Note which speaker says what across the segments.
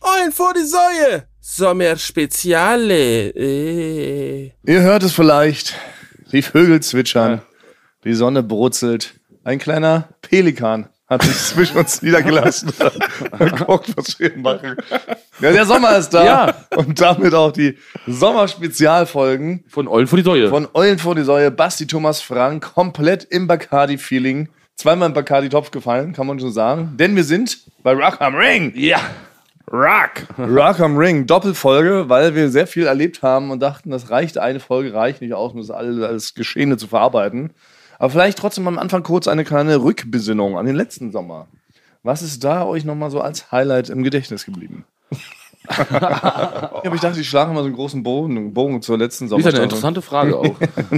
Speaker 1: Ein vor die Säue! Sommerspeziale. Äh.
Speaker 2: Ihr hört es vielleicht. Die Vögel zwitschern. Die Sonne brutzelt. Ein kleiner Pelikan hat sich zwischen uns niedergelassen. Und guckt, was wir machen. Ja, der Sommer ist da.
Speaker 3: Ja.
Speaker 2: Und damit auch die Sommerspezialfolgen
Speaker 3: Von Eulen vor die Säue.
Speaker 2: von Eulen vor die Säue, Basti Thomas Frank, komplett im Bacardi-Feeling. Zweimal im Bacardi-Topf gefallen, kann man schon sagen. Denn wir sind bei Rock am Ring.
Speaker 3: ja.
Speaker 2: Rock. Rock am Ring, Doppelfolge, weil wir sehr viel erlebt haben und dachten, das reicht, eine Folge reicht nicht aus, um das alles als Geschehene zu verarbeiten. Aber vielleicht trotzdem am Anfang kurz eine kleine Rückbesinnung an den letzten Sommer. Was ist da euch nochmal so als Highlight im Gedächtnis geblieben? ja, aber ich dachte, ich schlage mal so einen großen Bogen, Bogen zur letzten Sommer.
Speaker 3: Ist ja eine interessante Frage auch.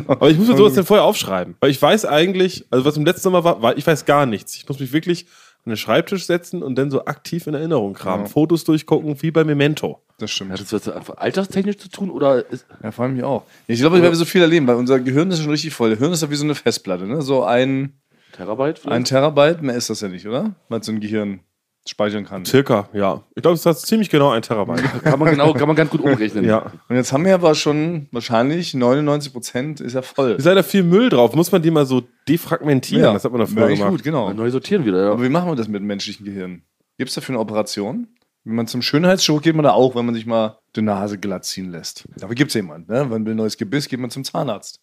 Speaker 4: Aber ich muss mir sowas denn vorher aufschreiben. Weil ich weiß eigentlich, also was im letzten Sommer war, war, ich weiß gar nichts. Ich muss mich wirklich an den Schreibtisch setzen und dann so aktiv in Erinnerung kramen. Fotos durchgucken, wie bei Memento.
Speaker 2: Das stimmt.
Speaker 3: Hat das was einfach alterstechnisch zu tun oder ist.
Speaker 2: Ja, vor allem ich auch. Ich glaube, ich werde so viel erleben, weil unser Gehirn ist schon richtig voll. Der Hirn ist ja wie so eine Festplatte, ne? So ein,
Speaker 3: Terabyte? vielleicht?
Speaker 2: ein Terabyte, mehr ist das ja nicht, oder? Weil so ein Gehirn speichern kann.
Speaker 4: Circa, ja. Ich glaube, es hat ziemlich genau ein Terabyte.
Speaker 3: Kann man genau, kann man ganz gut umrechnen.
Speaker 4: ja.
Speaker 2: Und jetzt haben wir aber schon wahrscheinlich 99 Prozent ist ja voll.
Speaker 4: Ist leider viel Müll drauf. Muss man die mal so defragmentieren? Das hat man da
Speaker 2: Ja,
Speaker 4: vorher
Speaker 2: echt
Speaker 4: gemacht.
Speaker 2: gut, genau.
Speaker 3: Neu sortieren wieder, ja.
Speaker 2: Aber wie machen wir das mit dem menschlichen Gehirn? Gibt es dafür eine Operation? Wenn man zum Schönheitschirurg geht, man da auch, wenn man sich mal die Nase glatt ziehen lässt. Dafür gibt es jemanden. Ne? Wenn man ein neues Gebiss, geht man zum Zahnarzt.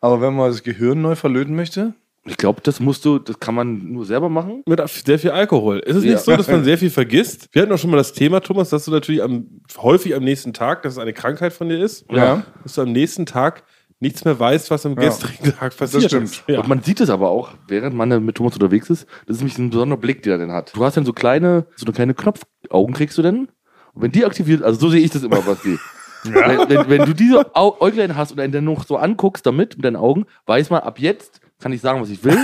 Speaker 2: Aber wenn man das Gehirn neu verlöten möchte,
Speaker 3: Ich glaube, das musst du, das kann man nur selber machen.
Speaker 4: mit sehr viel Alkohol. Ist es
Speaker 3: Ja.
Speaker 4: nicht so, dass man sehr viel vergisst? Wir hatten auch schon mal das Thema, Thomas, dass du natürlich am, häufig am nächsten Tag, dass es eine Krankheit von dir ist,
Speaker 2: Ja.
Speaker 4: dass du am nächsten Tag nichts mehr weißt, was am
Speaker 2: Ja.
Speaker 4: gestrigen Tag passiert
Speaker 2: stimmt.
Speaker 4: ist. Ja.
Speaker 3: Und man sieht es aber auch, während man dann mit Thomas unterwegs ist, das ist nämlich ein besonderer Blick, den er dann hat. Du hast dann so kleine, so eine kleine Knopfaugen kriegst du dann. Und wenn die aktiviert, also so sehe ich das immer, Basti. Wenn, wenn, wenn du diese Au Äuglein hast und einen dann noch so anguckst damit, mit deinen Augen, weiß man, ab jetzt kann ich sagen, was ich will.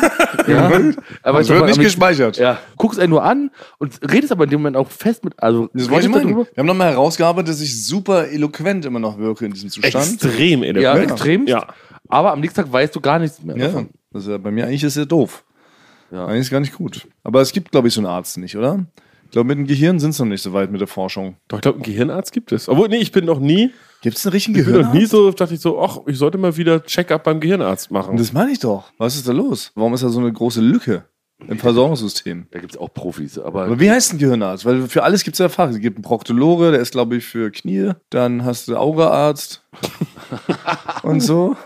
Speaker 3: ja. Aber
Speaker 2: es
Speaker 3: ich sag
Speaker 2: wird
Speaker 3: mal,
Speaker 2: nicht
Speaker 3: aber ich-
Speaker 2: gespeichert.
Speaker 3: Ja, guckst einen nur an und redest aber in dem Moment auch fest mit, also
Speaker 2: Das wollte ich
Speaker 3: redest
Speaker 2: meinen.
Speaker 3: darüber.
Speaker 2: Wir haben nochmal herausgearbeitet, dass ich super eloquent immer noch wirke in diesem Zustand.
Speaker 4: Extrem eloquent.
Speaker 3: Ja, extrem.
Speaker 4: Ja.
Speaker 3: Aber am nächsten Tag weißt du gar nichts mehr.
Speaker 2: Ja,
Speaker 3: davon.
Speaker 2: das ist ja bei mir eigentlich ist ja doof.
Speaker 3: Ja.
Speaker 2: Eigentlich ist gar nicht gut. Aber es gibt, glaube ich, so einen Arzt nicht, oder? Ich glaube, mit dem Gehirn sind es noch nicht so weit mit der Forschung.
Speaker 4: Doch, ich glaube, einen Gehirnarzt gibt es. Obwohl, nee, ich bin noch nie,
Speaker 2: Gibt es einen richtigen
Speaker 4: ich bin noch nie
Speaker 2: Gehirn?
Speaker 4: so, dachte ich so, ach, ich sollte mal wieder Check-up beim Gehirnarzt machen.
Speaker 2: Das meine ich doch. Was ist da los? Warum ist da so eine große Lücke im Versorgungssystem?
Speaker 3: Da gibt es auch Profis, aber
Speaker 2: Aber wie heißt ein Gehirnarzt? Weil für alles gibt es ja Fach. Es gibt einen Proktologe, der ist, glaube ich, für Knie. Dann hast du Augearzt und so.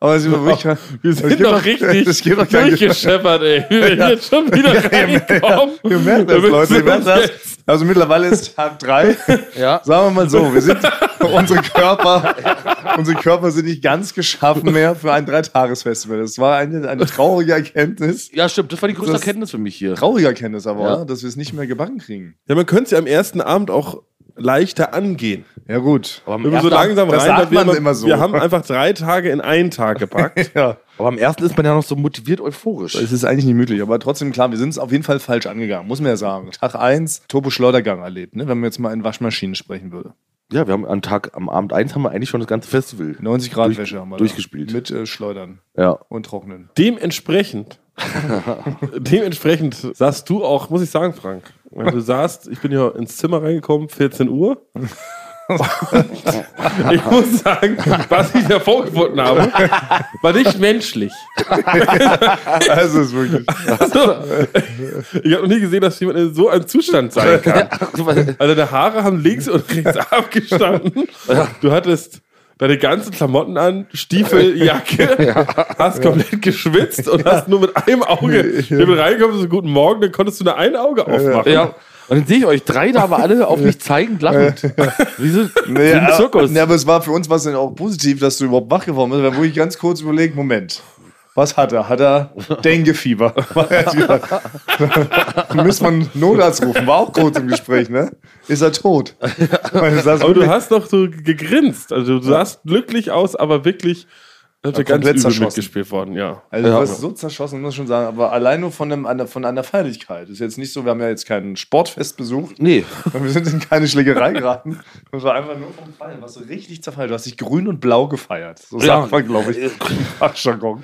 Speaker 2: Aber es ist immer wirklich,
Speaker 4: wir
Speaker 2: es
Speaker 4: sind
Speaker 2: gibt
Speaker 4: doch richtig
Speaker 2: Es gibt doch kein Gehirn.
Speaker 4: durchgescheppert, ey. Wie wir jetzt schon wieder reinkommen.
Speaker 2: Ihr merkt das,
Speaker 4: Wir
Speaker 2: Leute. Ihr
Speaker 4: sind
Speaker 2: merkt das.
Speaker 4: jetzt-
Speaker 2: Also mittlerweile ist Tag drei.
Speaker 3: Ja.
Speaker 2: Sagen wir mal so, wir sind, unsere Körper, unsere Körper sind nicht ganz geschaffen mehr für ein Dreitagesfestival. Das war eine, eine traurige Erkenntnis.
Speaker 3: Ja, stimmt. Das war die größte
Speaker 2: Das-
Speaker 3: Erkenntnis für mich hier.
Speaker 2: Traurige Erkenntnis aber,
Speaker 3: Ja.
Speaker 2: oder? dass wir es nicht mehr gebacken kriegen.
Speaker 4: Ja, man könnte es ja am ersten Abend auch leichter angehen.
Speaker 2: Ja gut.
Speaker 3: Aber am,
Speaker 4: Wenn wir so
Speaker 3: ersten,
Speaker 4: langsam
Speaker 2: das
Speaker 4: rein,
Speaker 2: sagt
Speaker 4: weil wir,
Speaker 2: man immer so.
Speaker 4: wir haben einfach drei Tage in einen Tag gepackt.
Speaker 2: Ja.
Speaker 3: aber am ersten ist man ja noch so motiviert euphorisch.
Speaker 2: Es ist eigentlich nicht möglich, aber trotzdem klar, wir sind es auf jeden Fall falsch angegangen, muss man ja sagen. Tag eins, Turbo Schleudergang erlebt, ne? wenn man jetzt mal in Waschmaschinen sprechen würde.
Speaker 3: Ja, wir haben am Tag, am Abend 1 haben wir eigentlich schon das ganze Festival.
Speaker 2: 90 Grad
Speaker 3: Durch-
Speaker 2: Wäsche haben wir
Speaker 3: durchgespielt.
Speaker 2: Da. mit äh, Schleudern
Speaker 3: Ja.
Speaker 2: und Trocknen.
Speaker 4: Dementsprechend, dementsprechend saßt du auch, muss ich sagen, Frank. Weil du saßt, ich bin ja ins Zimmer reingekommen, 14 Uhr. Und ich muss sagen, was ich da vorgefunden habe, war nicht menschlich.
Speaker 2: Also ist wirklich.
Speaker 4: Also, ich habe noch nie gesehen, dass jemand in so einem Zustand sein kann. Also deine Haare haben links und rechts abgestanden. Du hattest deine ganzen Klamotten an, Stiefel, Jacke, hast komplett geschwitzt und hast nur mit einem Auge, ich bin reingekommen, so guten Morgen, dann konntest du nur ein Auge aufmachen.
Speaker 3: ja. Und dann sehe ich euch drei da aber alle auf mich zeigend lachend. Wie so wie
Speaker 2: Ja,
Speaker 3: ein Zirkus.
Speaker 2: Ja, äh, aber es war für uns was dann auch positiv, dass du überhaupt wach geworden bist, weil wo ich ganz kurz überlegt, Moment. Was hat er? Hat er Dengue-Fieber? Müsste man Notarzt rufen. War auch kurz im Gespräch, ne? Ist er tot? Weil du sagst,
Speaker 4: Aber du hast noch so gegrinst. Also du sahst glücklich aus, aber wirklich hatte ganz
Speaker 2: komplett
Speaker 4: übel
Speaker 2: zerschossen.
Speaker 4: mitgespielt worden, ja.
Speaker 2: also, du
Speaker 3: Ja.
Speaker 2: warst so zerschossen, muss ich schon sagen. Aber allein nur von, einem, einer- von einer Feierlichkeit. Ist jetzt nicht so, wir haben ja jetzt keinen Sportfest besucht.
Speaker 3: Nee.
Speaker 2: Wir sind in keine Schlägerei geraten. Das war einfach nur vom Fallen. Was so richtig zerfallen. Du hast dich grün und blau gefeiert. So
Speaker 3: Ja.
Speaker 2: sagt man, glaube ich. Ach, Jargon.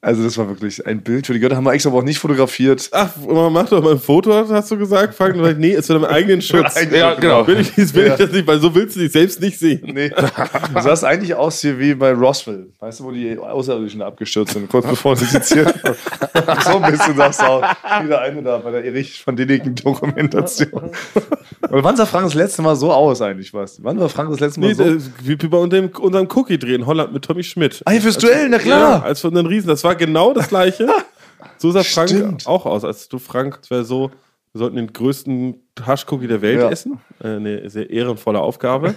Speaker 2: Also, das war wirklich ein Bild für die Götter. Haben wir extra aber auch nicht fotografiert.
Speaker 4: Ach, man macht doch mal ein Foto, hast du gesagt? Fragen vielleicht, nee, ist für deinen eigenen Schutz.
Speaker 2: eigenen Ja, Schutz,
Speaker 3: genau.
Speaker 4: Will ich, will
Speaker 2: Ja.
Speaker 4: ich das nicht, weil so willst du dich selbst nicht sehen.
Speaker 2: Nee. Du sahst eigentlich aus hier wie bei Roswell. Weißt du, wo die Außerirdischen abgestürzt sind, kurz bevor sie seziert haben. So ein bisschen sahst du aus. Wieder eine da bei der Erich von Däniken Dokumentation. Und wann sah Frank das letzte Mal so aus eigentlich, was? Wann war Frank das letzte Mal
Speaker 4: Nee,
Speaker 2: so?
Speaker 4: das- wie bei unserem, unserem Cookie drehen, Holland mit Tommy Schmidt.
Speaker 2: Ah, hier fürs Duell, na
Speaker 4: Ja,
Speaker 2: klar.
Speaker 4: als von den Riesen. Das war genau das gleiche. So sah Frank
Speaker 2: Stimmt.
Speaker 4: auch aus. Als du Frank, das wäre so, wir sollten den größten Haschcookie der Welt
Speaker 2: Ja.
Speaker 4: essen. Äh, Eine sehr ehrenvolle Aufgabe.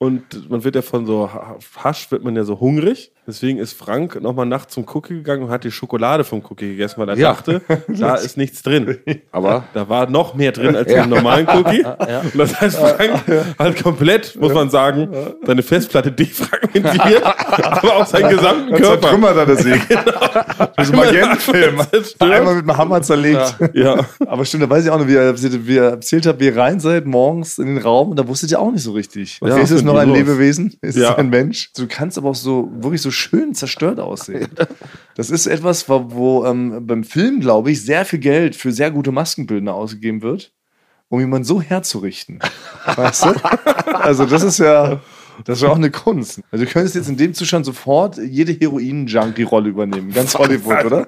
Speaker 4: und man wird ja von so Ha- Hasch wird man ja so hungrig. Deswegen ist Frank nochmal nachts zum Cookie gegangen und hat die Schokolade vom Cookie gegessen, weil er
Speaker 3: Ja.
Speaker 4: dachte, da ist nichts drin.
Speaker 3: Aber
Speaker 4: Da war noch mehr drin als im normalen Cookie. Und das heißt, Frank hat komplett, muss man sagen, seine Festplatte defragmentiert, aber auch seinen gesamten Körper.
Speaker 2: Zertrümmert hat er sie. Diesen Magentenfilm. Einmal mit dem Hammer zerlegt.
Speaker 4: Ja.
Speaker 2: Aber stimmt, da weiß ich auch noch, wie ihr, wie ihr erzählt habt, wie ihr rein seid morgens in den Raum und da wusstet ihr auch nicht so richtig.
Speaker 4: Ja,
Speaker 2: ist es
Speaker 4: sind
Speaker 2: noch
Speaker 4: die
Speaker 2: ein
Speaker 4: los?
Speaker 2: Lebewesen? Ist
Speaker 4: Ja.
Speaker 2: es ein Mensch? Du kannst aber auch so wirklich so schön zerstört aussehen. Das ist etwas, wo, wo ähm, beim Film, glaube ich, sehr viel Geld für sehr gute Maskenbildner ausgegeben wird, um jemanden so herzurichten. Weißt du? Also, das ist ja. Das ist ja auch eine Kunst. Also, du könntest jetzt in dem Zustand sofort jede Heroin-Junkie-Rolle übernehmen. Ganz Hollywood, oder?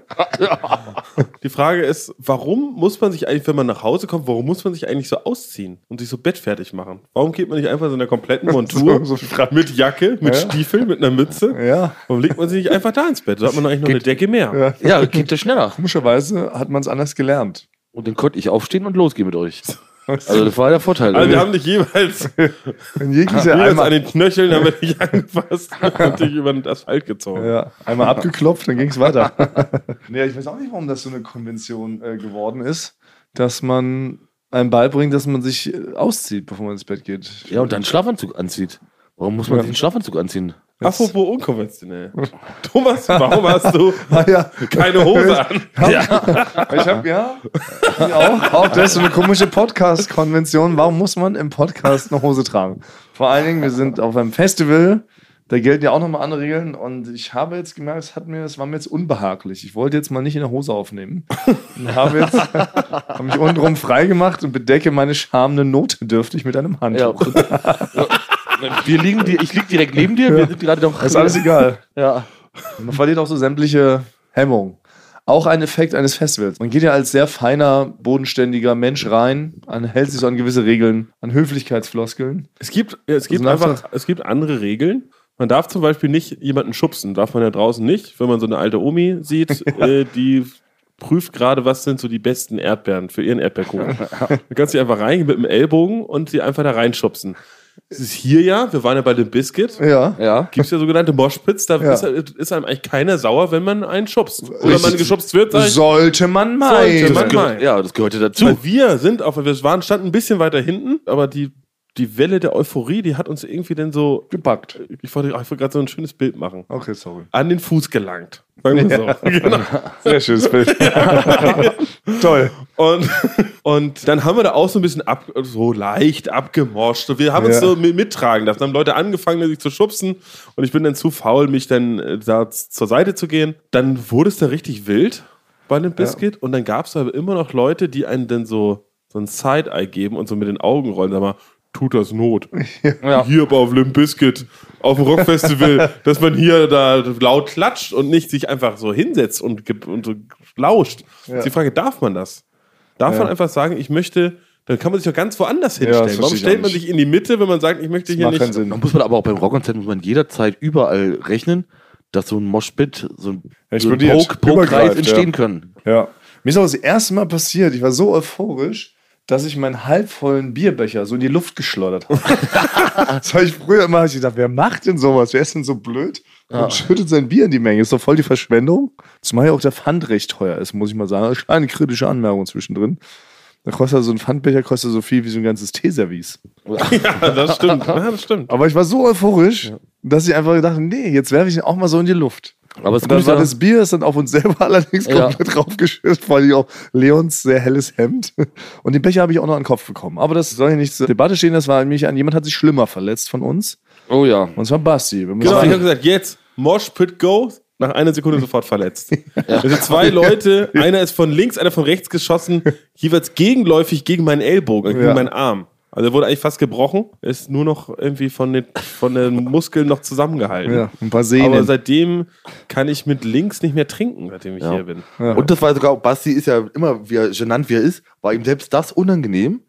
Speaker 4: Die Frage ist, warum muss man sich eigentlich, wenn man nach Hause kommt, warum muss man sich eigentlich so ausziehen und sich so bettfertig machen? Warum geht man nicht einfach so in der kompletten Montur
Speaker 2: So- so
Speaker 4: mit Jacke, mit
Speaker 2: Ja.
Speaker 4: Stiefeln, mit einer Mütze?
Speaker 2: Ja.
Speaker 4: Warum legt man sich nicht einfach da ins Bett? Da hat man eigentlich noch eine Decke mehr.
Speaker 2: Ja.
Speaker 3: ja, geht ja schneller.
Speaker 2: Komischerweise hat man es anders gelernt.
Speaker 3: Und dann konnte ich aufstehen und losgehen mit euch. Also das war der Vorteil.
Speaker 4: Also wir haben dich jeweils,
Speaker 2: In jeglicher
Speaker 4: jeweils an
Speaker 2: einmal,
Speaker 4: den Knöcheln haben wir dich angefasst und dich über den Asphalt gezogen.
Speaker 2: ja, einmal abgeklopft, dann ging es weiter. nee, ich weiß auch nicht, warum das so eine Konvention äh, geworden ist, dass man einem beibringt, dass man sich äh, auszieht, bevor man ins Bett geht.
Speaker 3: ja, und dann Schlafanzug anzieht. Warum muss man sich einen Schlafanzug anziehen?
Speaker 4: Apropos unkonventionell. Thomas, warum hast du
Speaker 2: Ah, ja.
Speaker 4: keine Hose an?
Speaker 2: Ich habe ja ich auch, auch das ist so eine komische Podcast-Konvention. Warum muss man im Podcast eine Hose tragen? Vor allen Dingen, wir sind auf einem Festival. Da gelten ja auch nochmal andere Regeln und ich habe jetzt gemerkt, es hat mir, es war mir jetzt unbehaglich. Ich wollte jetzt mal nicht in der Hose aufnehmen. Und habe jetzt habe mich untenrum frei gemacht und bedecke meine schamende Note dürftig mit einem
Speaker 3: Ja.
Speaker 2: Handtuch.
Speaker 3: Und- wir liegen, dir- ich lieg direkt neben dir, wir sind gerade noch.
Speaker 2: Ah. Ist alles egal.
Speaker 3: ja.
Speaker 2: Man verliert auch so sämtliche Hemmungen. Auch ein Effekt eines Festivals. Man geht ja als sehr feiner, bodenständiger Mensch rein, an, hält sich so an gewisse Regeln, an Höflichkeitsfloskeln.
Speaker 4: Es gibt, es gibt
Speaker 2: Also
Speaker 4: einfach, es gibt andere Regeln. Man darf zum Beispiel nicht jemanden schubsen, darf man ja draußen nicht, wenn man so eine alte Omi sieht, äh, die prüft gerade, was sind so die besten Erdbeeren für ihren Erdbeerkuchen. Du kannst sie einfach rein mit dem Ellbogen und sie einfach da reinschubsen. Das ist hier ja, wir waren ja bei dem Biscuit,
Speaker 2: Ja.
Speaker 3: Ja.
Speaker 4: gibt es ja sogenannte Moshpits, da
Speaker 2: Ja.
Speaker 4: ist, ist einem eigentlich keiner sauer, wenn man einen schubst. Oder man
Speaker 2: Richtig.
Speaker 4: geschubst wird, sag ich.
Speaker 2: Sollte man meinen.
Speaker 4: Sollte
Speaker 3: Das
Speaker 4: man
Speaker 3: gehört, ja, das gehörte dazu.
Speaker 4: Weil wir sind, auch wir waren, standen ein bisschen weiter hinten, aber die, die Welle der Euphorie, die hat uns irgendwie dann so
Speaker 2: Gepackt.
Speaker 4: ich wollte, ich wollte gerade so ein schönes Bild machen.
Speaker 2: Okay, sorry.
Speaker 4: An den Fuß gelangt. Sagen wir so. Genau.
Speaker 2: Sehr schönes Bild. Toll.
Speaker 4: Und, und dann haben wir da auch so ein bisschen ab, so leicht abgemorscht. So, Wir haben uns
Speaker 2: Ja.
Speaker 4: so mi- mittragen lassen. Dann haben Leute angefangen, sich zu schubsen. Und ich bin dann zu faul, mich dann äh, da z- zur Seite zu gehen. Dann wurde es da richtig wild bei dem Biscuit. Und dann gab es aber immer noch Leute, die einen dann so, so ein Side-Eye geben und so mit den Augen rollen. Sag mal, tut das Not.
Speaker 3: Ja.
Speaker 4: Hier aber auf Limp Bizkit, auf dem Rockfestival, dass man hier da laut klatscht und nicht sich einfach so hinsetzt und, ge- und so lauscht. Ist Die Frage, darf man das? Darf man einfach sagen, ich möchte, dann kann man sich doch ganz woanders
Speaker 2: das
Speaker 4: hinstellen. Warum
Speaker 2: verstehe ich
Speaker 4: stellt
Speaker 2: auch
Speaker 4: man
Speaker 2: nicht.
Speaker 4: sich in die Mitte, wenn man sagt, ich möchte hier
Speaker 2: Macht
Speaker 4: nicht.
Speaker 2: keinen
Speaker 4: Sinn.
Speaker 2: Sinn.
Speaker 3: Da muss man aber auch beim Rockkonzert muss man jederzeit überall rechnen, dass so ein Moshpit, so ein, so ein
Speaker 2: Explodiert.
Speaker 3: Poke- Poke-Kreis
Speaker 2: Übergreift,
Speaker 3: entstehen
Speaker 2: ja.
Speaker 3: können.
Speaker 2: Ja. Mir ist auch das erste Mal passiert, ich war so euphorisch, dass ich meinen halbvollen Bierbecher so in die Luft geschleudert habe. das habe ich früher immer hab ich gedacht, wer macht denn sowas? Wer ist denn so blöd und schüttet sein Bier in die Menge? Ist doch voll die Verschwendung. Zumal ja auch der Pfand recht teuer ist, muss ich mal sagen. Kleine kritische Anmerkung zwischendrin. Da kostet so ein Pfandbecher kostet so viel wie so ein ganzes Teeservice.
Speaker 4: Ja, das stimmt. Ja, das stimmt.
Speaker 2: Aber ich war so euphorisch, dass ich einfach gedacht habe, nee, jetzt werfe ich ihn auch mal so in die Luft.
Speaker 3: Aber es
Speaker 2: Und dann
Speaker 3: ist
Speaker 2: war
Speaker 3: ja,
Speaker 2: das Bier ist dann auf uns selber allerdings
Speaker 3: Ja.
Speaker 2: komplett draufgeschüttet, vor allem auch Leons sehr helles Hemd. Und den Becher habe ich auch noch an den Kopf bekommen. Aber das soll hier nicht zur Debatte stehen, das war nämlich an jemand hat sich schlimmer verletzt von uns.
Speaker 3: oh ja.
Speaker 2: Und zwar Basti. Wir müssen
Speaker 4: Genau, ich habe
Speaker 2: sagen,
Speaker 4: gesagt, jetzt Mosh Pit Go. nach einer Sekunde sofort verletzt. Also zwei Leute, einer ist von links, einer von rechts geschossen, jeweils gegenläufig gegen meinen Ellbogen, gegen
Speaker 2: Ja.
Speaker 4: meinen Arm. Also er wurde eigentlich fast gebrochen, ist nur noch irgendwie von den, von den Muskeln noch zusammengehalten.
Speaker 2: Ja, ein paar
Speaker 4: Aber
Speaker 2: Sehnen.
Speaker 4: seitdem kann ich mit links nicht mehr trinken, seitdem ich
Speaker 3: Ja.
Speaker 4: hier bin.
Speaker 2: Ja.
Speaker 3: Und das war sogar, Basti ist ja immer, wie er, genannt wie er ist, war ihm selbst das unangenehm,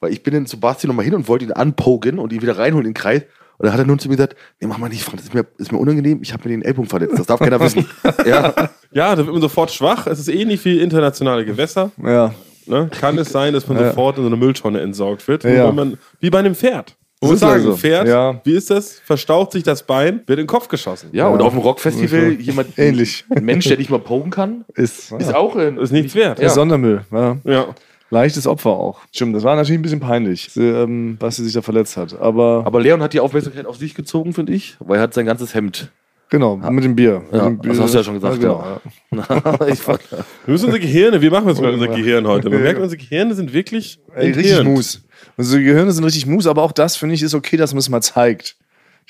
Speaker 3: weil ich bin dann zu Basti nochmal hin und wollte ihn anpoken und ihn wieder reinholen in den Kreis. Und dann hat er nun zu mir gesagt, nee, mach mal nicht, Frank, das ist mir, ist mir unangenehm, ich habe mir den Ellbogen verletzt, das darf keiner wissen. ja,
Speaker 4: Ja, da wird man sofort schwach. Es ist ähnlich wie internationale Gewässer.
Speaker 2: ja.
Speaker 4: Ne? Kann es sein, dass man sofort in so eine Mülltonne entsorgt wird,
Speaker 2: Ja.
Speaker 4: wenn man, wie bei einem Pferd. Man muss
Speaker 2: ist leider
Speaker 4: sagen,
Speaker 2: so.
Speaker 4: Pferd,
Speaker 2: Ja.
Speaker 4: wie ist das? Verstaucht sich das Bein, wird in den Kopf geschossen.
Speaker 3: ja, und auf dem Rockfestival jemand,
Speaker 2: Ähnlich.
Speaker 3: ein Mensch, der dich mal poken kann,
Speaker 2: Ist, ja.
Speaker 3: ist auch ein,
Speaker 4: Ist nichts wert.
Speaker 2: Ist Sondermüll. Ja.
Speaker 4: Ja.
Speaker 2: Leichtes Opfer auch. Stimmt, das war natürlich ein bisschen peinlich, dass, ähm, was sie sich da verletzt hat. Aber,
Speaker 3: Aber Leon hat die Aufmerksamkeit auf sich gezogen, finde ich, weil er hat sein ganzes Hemd.
Speaker 2: genau, mit dem Bier.
Speaker 3: Ja,
Speaker 2: mit dem Bier.
Speaker 3: das hast du ja schon gesagt,
Speaker 2: genau.
Speaker 3: ja. ich fand,
Speaker 4: Wir müssen unsere Gehirne, wir machen jetzt mal unser Gehirn heute. Man
Speaker 2: Ja.
Speaker 4: merkt, unsere Gehirne sind wirklich
Speaker 2: Ey, richtig
Speaker 4: enthirnt.
Speaker 2: Mus. Unsere Gehirne sind richtig Mus, aber auch das finde ich ist okay, dass man es mal zeigt.